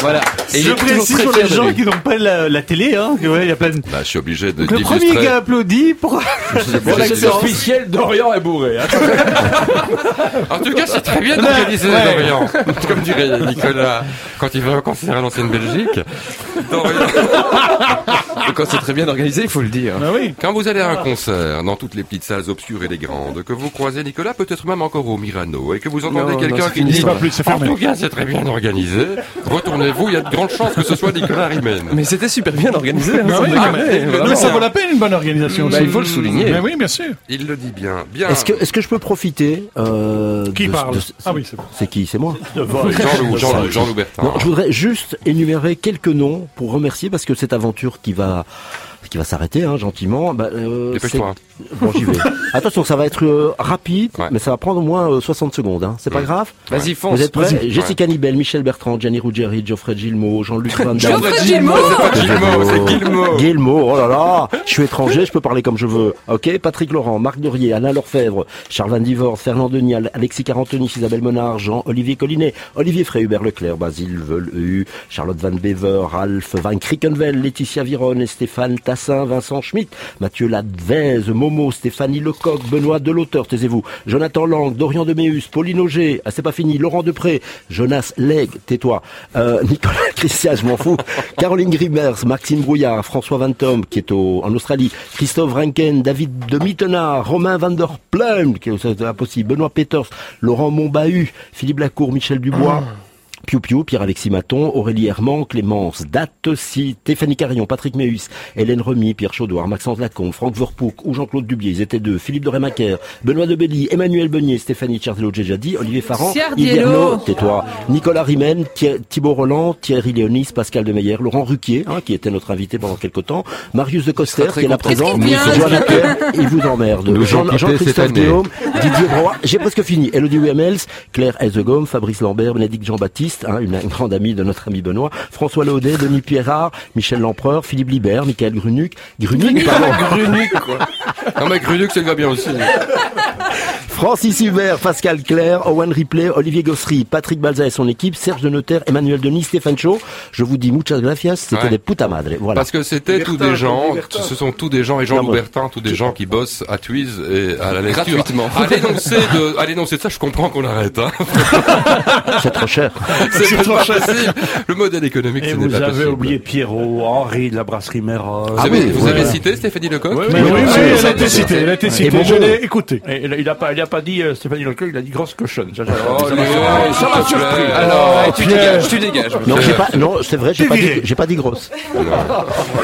L: Voilà. Et il
E: je
L: est toujours
E: précise
L: très
E: pour
L: fier
E: les
L: de
E: gens
L: lui.
E: qui n'ont pas la, la télé, hein, que, ouais, il y a plein de...
C: Bah, je suis obligé de
E: Donc, le premier
C: d'illustrer.
E: qui a applaudi pour...
F: Bon, l'accès officiel, Dorian est bourré. hein.
C: En tout cas, c'est très bien d'organiser
F: Ouais.
C: Dorian. Comme dirait Nicolas, quand il va au concert à l'ancienne Belgique.
L: Et quand c'est très bien organisé, il faut le dire.
C: Quand vous allez à un concert, dans toutes les petites salles obscures et les grandes, que vous croisez Nicolas, peut-être même encore au Mirano, et que vous entendez
L: Non, non,
C: quelqu'un
L: c'est
C: qui
L: fini,
C: dit
L: ça va plus, c'est
C: En
L: fermé.
C: tout cas, c'est très bien organisé. Retournez-vous, il y a de grandes chances que ce soit Nicolas Riemann.
L: Mais c'était super bien organisé.
G: Bah oui, mais- mais ça vaut la peine une bonne organisation.
C: Bah,
G: aussi.
C: il faut le souligner.
G: Mais oui, bien sûr.
C: Il le dit bien. Bien.
H: Est-ce que, est-ce que je peux profiter euh,
G: Qui
H: de-
G: parle
H: de-
G: Ah oui, c'est bon.
H: C'est qui C'est moi
C: Jean-Loup, Jean-Loup, Jean-Loup, Jean-Loup Bertin.
H: Non, je voudrais juste énumérer quelques noms pour remercier parce que cette aventure qui va qui va s'arrêter hein, gentiment. Bah, euh,
C: Dépêche-toi. hein.
H: c'est- Bon, j'y vais. Attention, ça va être euh, rapide, mais ça va prendre au moins euh, 60 secondes. Hein. C'est pas
L: Mm.
H: grave.
L: Vas-y, fonce.
H: Vous êtes prêts
L: Vas-y.
H: Jessica Nibel, Michel Bertrand, Gianni Ruggieri, Geoffrey Gilmo, Jean-Luc Van Damme.
R: Geoffrey Gilmour, c'est pas Gilmour, c'est Gilmour.
H: Gilmo, oh là là, je suis étranger, je peux parler comme je veux. Ok, Patrick Laurent, Marc Durier, Alain Lorfèvre, Charles Van Divorce, Fernand Denial, Alexis Carantoni, Isabelle Menard, Jean-Olivier Collinet, Olivier Frey, Hubert Leclerc, Basile Veleu, Charlotte Van Bever, Ralph Van Krickenvel, Laetitia Viron, Stéphane Tassin, Vincent Schmitt, Mathieu Ladvez, Momo, Stéphanie Lecoq, Benoît Delauteur, taisez-vous, Jonathan Lang, Dorian Deméus, Pauline Auger, ah, c'est pas fini, Laurent Depré, Jonas Legge, tais-toi, euh, Nicolas Christian, je m'en fous, Caroline Grimers, Maxime Brouillard, François Van Tom, qui est au, en Australie, Christophe Ranken, David de Mittenard, Romain Van der Plum, qui est c'est impossible, Benoît Peters, Laurent Montbahu, Philippe Lacour, Michel Dubois. Piu Piu, Pierre-Alexis Maton, Aurélie Herman, Clémence Datessi, Stéphanie Carillon, Patrick Méhus, Hélène Remy, Pierre Chaudoir, Maxence Lacombe, Franck Verpouk ou Jean-Claude Dubier, ils étaient deux, Philippe de Rémaquer, Benoît de Belly, Emmanuel Beunier, Stéphanie Chardelot, j'ai déjà dit, Olivier Farran,
R: Ciardiello.
H: Yves Ernaud, tais-toi, Nicolas Rimen, Thie- Thibaut Roland, Thierry Léonis, Pascal Demeyer, Laurent Ruquier, hein, qui était notre invité pendant quelques temps, Marius de Coster,
R: très
H: qui est là
R: content.
H: présent,
R: Qu'est-ce qu'il vient
H: Joanna Kerr, il vous emmerde,
R: Nous
H: Jean-
R: ont quittés cette
H: Jean-Christophe
R: année.
H: Guillaume, Didier Broa, j'ai presque fini. Elodie Wemels, Claire Ezegom, Fabrice Lambert, Bénédicte Jean-Baptiste, hein, une, une grande amie de notre ami Benoît, François Laudet, Denis Pierrard, Michel Lempereur, Philippe Libert, Michael Grunuc, Grunuc, pardon,
C: Grunuc, quoi. Non, mais Grunuc, c'est le gars bien aussi.
H: Francis Hubert, Pascal Claire, Owen Ripley, Olivier Gossery, Patrick Balza et son équipe, Serge de Notaire, Emmanuel Denis, Stéphane Chaud. Je vous dis muchas gracias, c'était
C: Ouais.
H: des puta madre. Voilà. Ah
C: Parce que c'était tous des gens, ce sont tous des gens, et Jean Loubertin, tous des gens qui bossent à Tuise et à la lecture.
L: Gratuitement.
C: À l'énoncé de, à l'énoncé de ça, je comprends qu'on arrête, hein.
H: C'est trop cher.
C: C'est pas facile. Le modèle économique,
F: Et
C: ce n'est
F: vous
C: pas
F: avez
C: possible.
F: oublié Pierrot, Henri de la brasserie Mérol.
C: Vous avez, vous avez cité Stéphanie Lecoq?
F: Oui, oui, oui,
G: elle a été citée, elle a été citée, je l'ai écoutée.
F: Et Il a, il a pas, il a pas dit euh, Stéphanie Lecoq, il a dit grosse cochonne. Ça, ça- ça m'a
C: Léo,
F: surpris. Ça m'a surpris.
C: Pierre. Alors,
F: Oh,
C: tu
F: Pierre.
C: dégages, tu dégages.
H: Non, j'ai pas, non, c'est vrai, j'ai
C: T'es
H: pas dit,
C: viré.
H: j'ai pas dit grosse.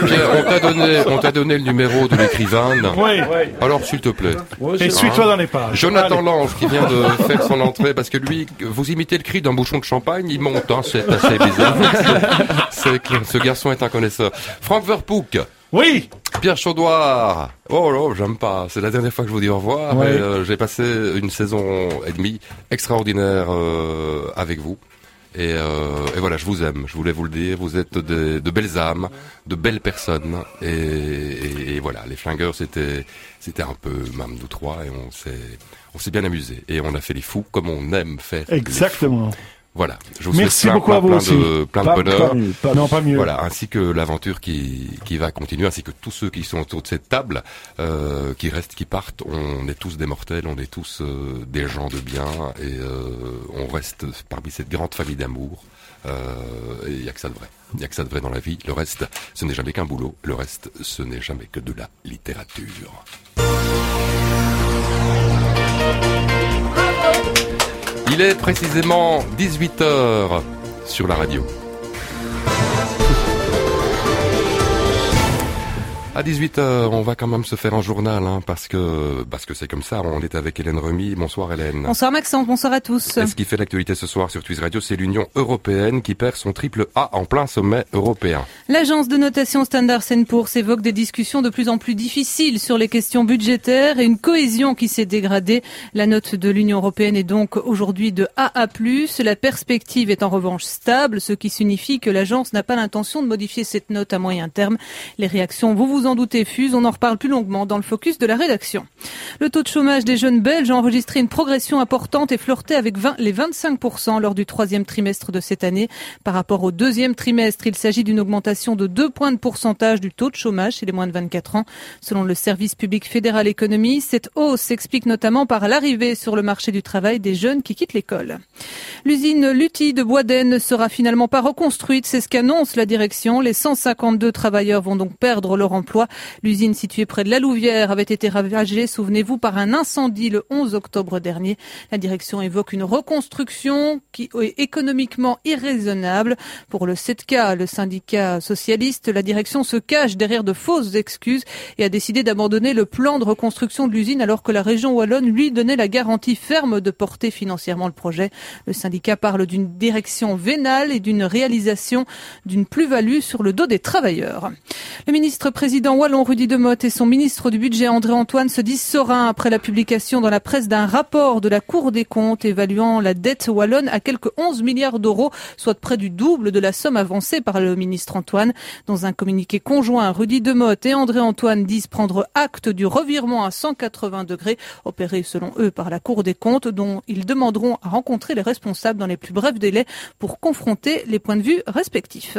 C: Pierre, on t'a donné, on t'a donné le numéro de l'écrivaine.
G: Oui.
C: Alors, s'il te plaît.
G: Ouais, c'est Et vrai. suis-toi dans les pages.
C: Jonathan
G: Allez.
C: Lange qui vient de faire son entrée parce que lui, vous imitez le cri d'un bouchon de champagne, il monte, hein, c'est assez bizarre. C'est que ce garçon est un connaisseur. Franck Verpouk.
G: Oui.
C: Pierre Chaudoir. Oh là, j'aime pas. C'est la dernière fois que je vous dis au revoir.
G: Ouais.
C: Et, euh, J'ai passé une saison et demie extraordinaire euh, avec vous. Et, euh, et voilà, je vous aime. Je voulais vous le dire. Vous êtes des- de belles âmes, de belles personnes. Et, et- et voilà, les flingueurs, c'était c'était un peu même nous trois et on s'est on s'est bien amusé et on a fait les fous comme on aime faire. les
G: Exactement.
C: voilà. Je vous
G: Merci
C: souhaite
G: beaucoup
C: plein,
G: à vous
C: plein,
G: aussi.
C: De, plein
G: Pas-
C: de bonheur.
G: pas mieux, pas- non, pas mieux.
C: Voilà, ainsi que l'aventure qui, qui va continuer, ainsi que tous ceux qui sont autour de cette table, euh, qui restent, qui partent. On est tous des mortels, on est tous euh, des gens de bien, et euh, on reste parmi cette grande famille d'amour. Euh, et Il n'y a que ça de vrai. Il n'y a que ça de vrai dans la vie. Le reste, ce n'est jamais qu'un boulot. Le reste, ce n'est jamais que de la littérature. Il est précisément 18h sur la radio. À 18h, on va quand même se faire un journal, hein, parce que parce que c'est comme ça. On est avec Hélène Remy. Bonsoir Hélène.
D: Bonsoir Maxence, bonsoir à tous.
C: Et ce qui fait l'actualité ce soir sur Twiz Radio, c'est l'Union européenne qui perd son triple A en plein sommet européen.
D: L'agence de notation Standard Poor's évoque des discussions de plus en plus difficiles sur les questions budgétaires et une cohésion qui s'est dégradée. La note de l'Union européenne est donc aujourd'hui de A à La perspective est en revanche stable, ce qui signifie que l'agence n'a pas l'intention de modifier cette note à moyen terme. Les réactions, vous vous vous en doutez, fuse. On en reparle plus longuement dans le focus de la rédaction. Le taux de chômage des jeunes Belges a enregistré une progression importante et flirtait avec 20 les 25% lors du troisième trimestre de cette année. Par rapport au deuxième trimestre, il s'agit d'une augmentation de 2 points de pourcentage du taux de chômage chez les moins de 24 ans. Selon le service public fédéral économie, cette hausse s'explique notamment par l'arrivée sur le marché du travail des jeunes qui quittent l'école. L'usine Lutti de Boisden ne sera finalement pas reconstruite, c'est ce qu'annonce la direction. Les 152 travailleurs vont donc perdre leur emploi. L'usine située près de la Louvière avait été ravagée, souvenez-vous, par un incendie le 11 octobre dernier. La direction évoque une reconstruction qui est économiquement irraisonnable. Pour le CETCA, le syndicat socialiste, la direction se cache derrière de fausses excuses et a décidé d'abandonner le plan de reconstruction de l'usine alors que la région Wallonne lui donnait la garantie ferme de porter financièrement le projet. Le syndicat parle d'une direction vénale et d'une réalisation d'une plus-value sur le dos des travailleurs. Le ministre-président Wallon Rudy Demotte et son ministre du Budget André-Antoine se disent sereins après la publication dans la presse d'un rapport de la Cour des comptes évaluant la dette wallonne à quelque 11 milliards d'euros, soit près du double de la somme avancée par le ministre Antoine. Dans un communiqué conjoint, Rudy Demotte et André-Antoine disent prendre acte du revirement à 180 degrés opéré selon eux par la Cour des comptes dont ils demanderont à rencontrer les responsables dans les plus brefs délais pour confronter les points de vue respectifs.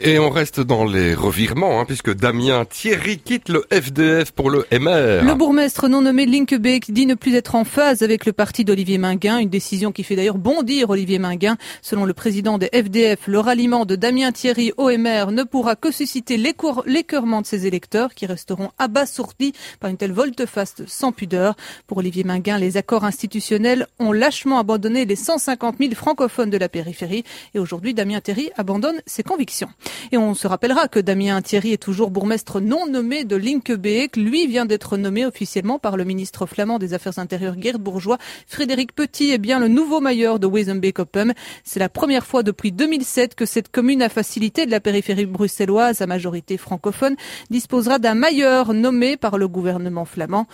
C: Et on reste dans les revirements, hein, puisque Damien Thierry quitte le FDF pour le MR.
D: Le bourgmestre non nommé Linkebeek dit ne plus être en phase avec le parti d'Olivier Minguin, une décision qui fait d'ailleurs bondir Olivier Minguin. Selon le président des FDF, le ralliement de Damien Thierry au MR ne pourra que susciter l'écour- l'écœurement de ses électeurs qui resteront abasourdis par une telle volte-face sans pudeur. Pour Olivier Minguin, les accords institutionnels ont lâchement abandonné les 150 000 francophones de la périphérie et aujourd'hui Damien Thierry abandonne ses convictions. Et on se rappellera que Damien Thierry est toujours bourgmestre non nommé de Linkebeek. Lui vient d'être nommé officiellement par le ministre flamand des Affaires intérieures Geert Bourgeois. Frédéric Petit est bien le nouveau mailleur de Wezenbeek-Oppem. C'est la première fois depuis 2007 que cette commune à facilité de la périphérie bruxelloise à majorité francophone disposera d'un mailleur nommé par le gouvernement flamand.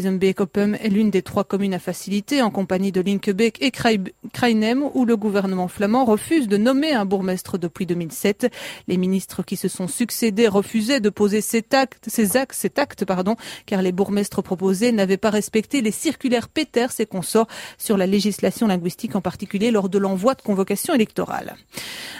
D: Wezenbeek-Oppem est l'une des trois communes à facilité en compagnie de Linkebeek et Kraib- Krainem où le gouvernement flamand refuse de nommer un bourgmestre depuis 2007. Les ministres qui se sont succédés refusaient de poser cet acte, ces actes, cet acte, pardon, car les bourgmestres proposés n'avaient pas respecté les circulaires Peters et consorts sur la législation linguistique, en particulier lors de l'envoi de convocations électorales.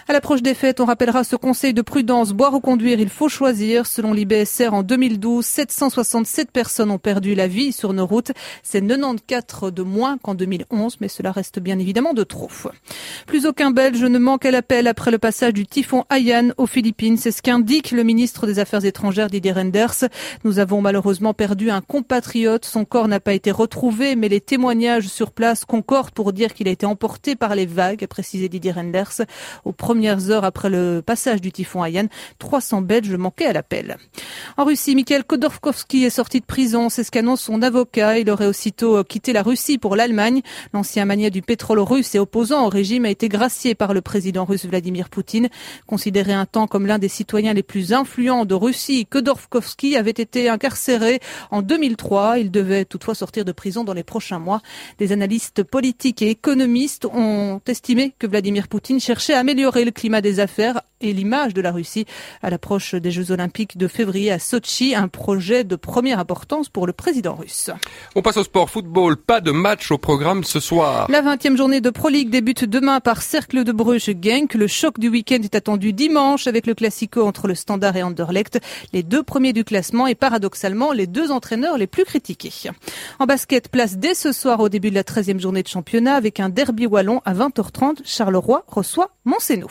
D: À l'approche des fêtes, on rappellera ce conseil de prudence, boire ou conduire, il faut choisir. Selon l'IBSR, en 2012, 767 personnes ont perdu la vie sur nos routes. C'est 94 de moins qu'en 2011, mais cela reste bien évidemment de trop. Plus aucun Belge ne manque à l'appel après le passage du typhon Haiyan aux Philippines. C'est ce qu'indique le ministre des Affaires étrangères Didier Renders. Nous avons malheureusement perdu un compatriote. Son corps n'a pas été retrouvé, mais les témoignages sur place concordent pour dire qu'il a été emporté par les vagues, a précisé Didier Renders. Aux premières heures après le passage du typhon Haiyan, 300 Belges manquaient à l'appel. En Russie, Mikhail Khodorkovsky est sorti de prison. C'est ce qu'annonce son avocat. Il aurait aussitôt euh, quitté la Russie pour l'Allemagne. L'ancien mania du pétrole russe et opposant au régime a été gracié par le président russe Vladimir Poutine. Considéré un temps comme l'un des citoyens les plus influents de Russie, Khodorkovsky avait été incarcéré en 2003. Il devait toutefois sortir de prison dans les prochains mois. Des analystes politiques et économistes ont estimé que Vladimir Poutine cherchait à améliorer le climat des affaires et l'image de la Russie à l'approche des Jeux Olympiques de février à Sochi, un projet de première importance pour le président russe.
C: On passe au sport football. Pas de match au programme ce soir.
D: La 20e journée de Pro League débute demain par Cercle de Bruges Genk. Le choc du week-end est attendu dimanche avec le classico entre le Standard et Anderlecht, les deux premiers du classement et paradoxalement les deux entraîneurs les plus critiqués. En basket, place dès ce soir au début de la 13e journée de championnat avec un derby wallon à 20h30. Charleroi reçoit Monsenou.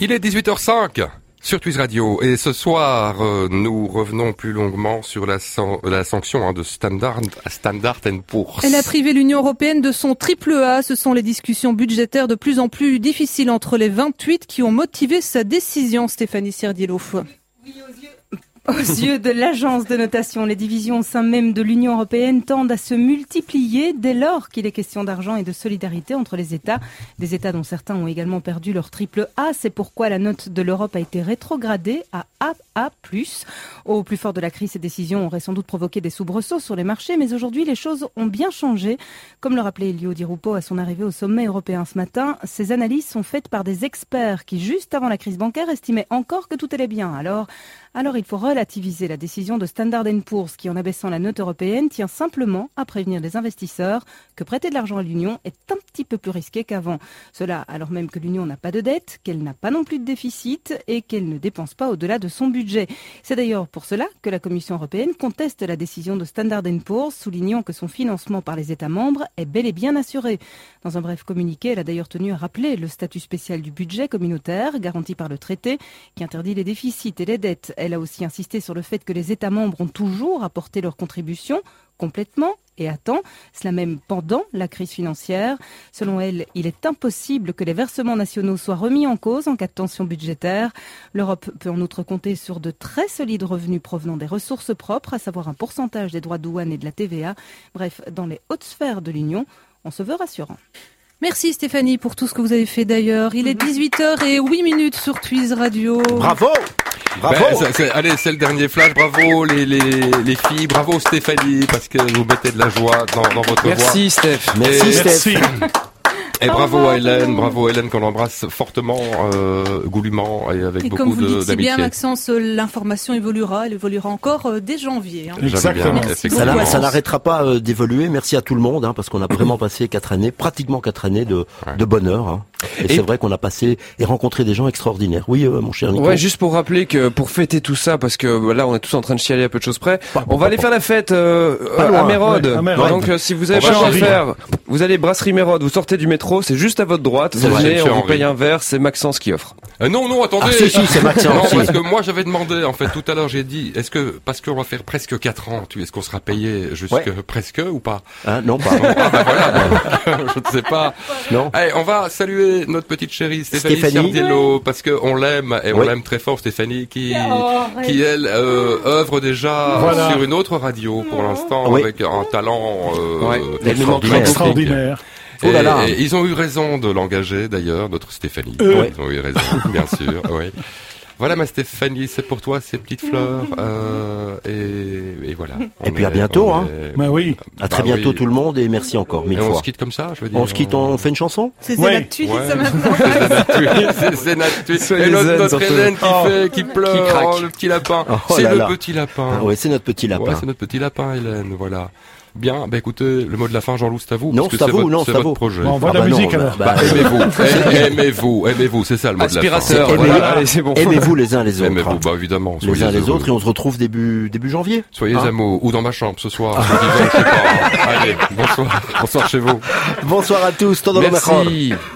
C: Il est 18h05 sur Twiz Radio et ce soir euh, nous revenons plus longuement sur la, san- la sanction hein, de Standard Standard Poor's.
D: Elle a privé l'Union européenne de son triple A. Ce sont les discussions budgétaires de plus en plus difficiles entre les 28 qui ont motivé sa décision, Stéphanie Serdiello.
N: Aux yeux de l'agence de notation, les divisions au sein même de l'Union européenne tendent à se multiplier dès lors qu'il est question d'argent et de solidarité entre les États, des États dont certains ont également perdu leur triple A. C'est pourquoi la note de l'Europe a été rétrogradée à AA+. Au plus fort de la crise, ces décisions auraient sans doute provoqué des soubresauts sur les marchés, mais aujourd'hui, les choses ont bien changé. Comme le rappelait Elio Di Rupo à son arrivée au sommet européen ce matin, ces analyses sont faites par des experts qui, juste avant la crise bancaire, estimaient encore que tout allait bien. Alors, alors il faut relativiser la décision de Standard Poor's qui, en abaissant la note européenne, tient simplement à prévenir les investisseurs que prêter de l'argent à l'Union est un petit peu plus risqué qu'avant. Cela alors même que l'Union n'a pas de dette, qu'elle n'a pas non plus de déficit et qu'elle ne dépense pas au-delà de son budget. C'est d'ailleurs pour cela que la Commission européenne conteste la décision de Standard Poor's, soulignant que son financement par les États membres est bel et bien assuré. Dans un bref communiqué, elle a d'ailleurs tenu à rappeler le statut spécial du budget communautaire garanti par le traité qui interdit les déficits et les dettes. Elle a aussi insisté sur le fait que les États membres ont toujours apporté leur contribution complètement et à temps, cela même pendant la crise financière. Selon elle, il est impossible que les versements nationaux soient remis en cause en cas de tension budgétaire. L'Europe peut en outre compter sur de très solides revenus provenant des ressources propres, à savoir un pourcentage des droits de douane et de la TVA. Bref, dans les hautes sphères de l'Union, on se veut rassurant.
D: Merci Stéphanie pour tout ce que vous avez fait d'ailleurs. Il est 18h et 8 minutes sur Twiz Radio.
C: Bravo Bravo Allez, Ben, c'est le dernier flash. Bravo les, les, les filles. Bravo Stéphanie, parce que vous mettez de la joie dans, dans votre voix.
L: Merci, Steph.
C: Et-
L: Merci, Steph.
C: Et
L: Au
C: bravo
L: revoir,
C: à Hélène,
L: Hélène.
C: bravo à Hélène qu'on embrasse fortement, euh, goulûment et avec
D: Et comme vous
C: beaucoup
D: le
C: de-
D: dites si bien,
C: d'amitié.
D: Maxence, euh, l'information évoluera. Elle évoluera encore euh, dès janvier. hein.
C: Exactement.
D: Merci
H: Ça
D: beaucoup,
H: n'a- ça
D: Maxence.
H: n'arrêtera pas euh, d'évoluer. Merci à tout le monde, hein, parce qu'on a vraiment passé quatre années, pratiquement quatre années de, de bonheur. hein. Et, c'est vrai qu'on a passé et rencontré des gens extraordinaires. Oui, euh, mon cher Nico.
L: Ouais, juste pour rappeler que pour fêter tout ça, parce que bah, là on est tous en train de chialer à peu de choses près, on va aller faire la fête euh,
H: Pas
L: euh,
H: loin,
L: à Mérode.
H: ouais, à Mérode.
L: Donc euh, si vous avez
H: On va
L: pas le temps de
H: chez
L: faire,
H: Henri.
L: vous allez brasserie Mérode, vous sortez du métro, c'est juste à votre droite,
C: C'est
L: vous
C: vrai.
L: venez,
C: Chez
L: on vous
C: Henri.
L: paye un verre, c'est Maxence qui offre.
C: Euh, non, non, attendez.
L: Ah, si, si, c'est Maxence,
C: Non,
L: si.
C: parce que moi j'avais demandé, en fait, tout à l'heure j'ai dit, est-ce que, parce qu'on va faire presque 4 ans, tu, est-ce qu'on sera payé jusque presque ou pas
H: Ah, non, pas.
C: Ah, bah voilà, donc, je ne sais pas.
H: Non.
C: Allez, on va saluer notre petite chérie Stéphanie,
H: Stéphanie.
C: Sardiello, parce qu'on l'aime, et on
H: Oui.
C: l'aime très fort, Stéphanie, qui,
H: Oh,
C: qui elle, euh, œuvre déjà
H: Voilà.
C: sur une autre radio pour l'instant,
H: Ah Oui.
C: avec un talent euh,
H: Ouais.
C: euh,
H: Elle nous manque
C: magnifique.
G: Extraordinaire.
C: Et-
H: Oh là là.
C: et ils ont eu raison de l'engager d'ailleurs, notre Stéphanie.
H: Euh.
C: Ils ont eu raison, bien sûr. Oui. Voilà ma Stéphanie, c'est pour toi ces petites fleurs. euh, et, et voilà.
H: Et
C: On
H: puis à
C: est-
H: bientôt.
C: on
H: Hein.
C: est-
H: À très
C: Bah
H: bientôt
C: oui.
H: tout le monde et merci encore mille
C: Et on
H: fois.
C: se quitte comme ça, je veux dire,
H: On se quitte, on fait une chanson
C: C'est Ouais. Zenactu, Ouais. ça, maintenant. C'est Zenactu, c'est Zenactu.
H: Soyez
C: Et notre-
H: zen,
C: notre
H: surtout.
C: Hélène qui
H: Oh.
C: fait- qui pleure,
H: craque.
C: oh, le petit lapin.
H: Oh
C: C'est
H: là
C: le
H: là.
C: petit lapin.
H: Ah ouais, c'est notre petit lapin.
C: Ouais, c'est notre petit lapin, Hélène. Voilà. Bien, bah écoutez, le mot de la fin, Jean-Loup, c'est à vous.
H: Non,
C: parce que
H: c'est à vous,
C: votre-
H: non, c'est
C: c'est
H: à
C: votre
H: vous.
C: projet.
H: Bon, on voit Ah la bah non, musique, bah, alors. bah,
C: aimez-vous,
H: c'est-
C: aimez- aimez-vous, aimez-vous, c'est ça le mot de la fin.
H: Aspirateur, C'est voilà. aimez- Allez, c'est bon. aimez-vous les uns les autres.
C: Aimez-vous, bah évidemment.
H: Eh ben, les
C: soyez
H: uns les
C: heureux.
H: autres et on se retrouve début début janvier.
C: Soyez
H: Hein
C: amoureux, ou dans ma chambre ce soir. Je dis donc, je sais pas. Allez, bonsoir, bonsoir chez vous.
H: Bonsoir à tous, todo lo
C: Merci.
H: mejor.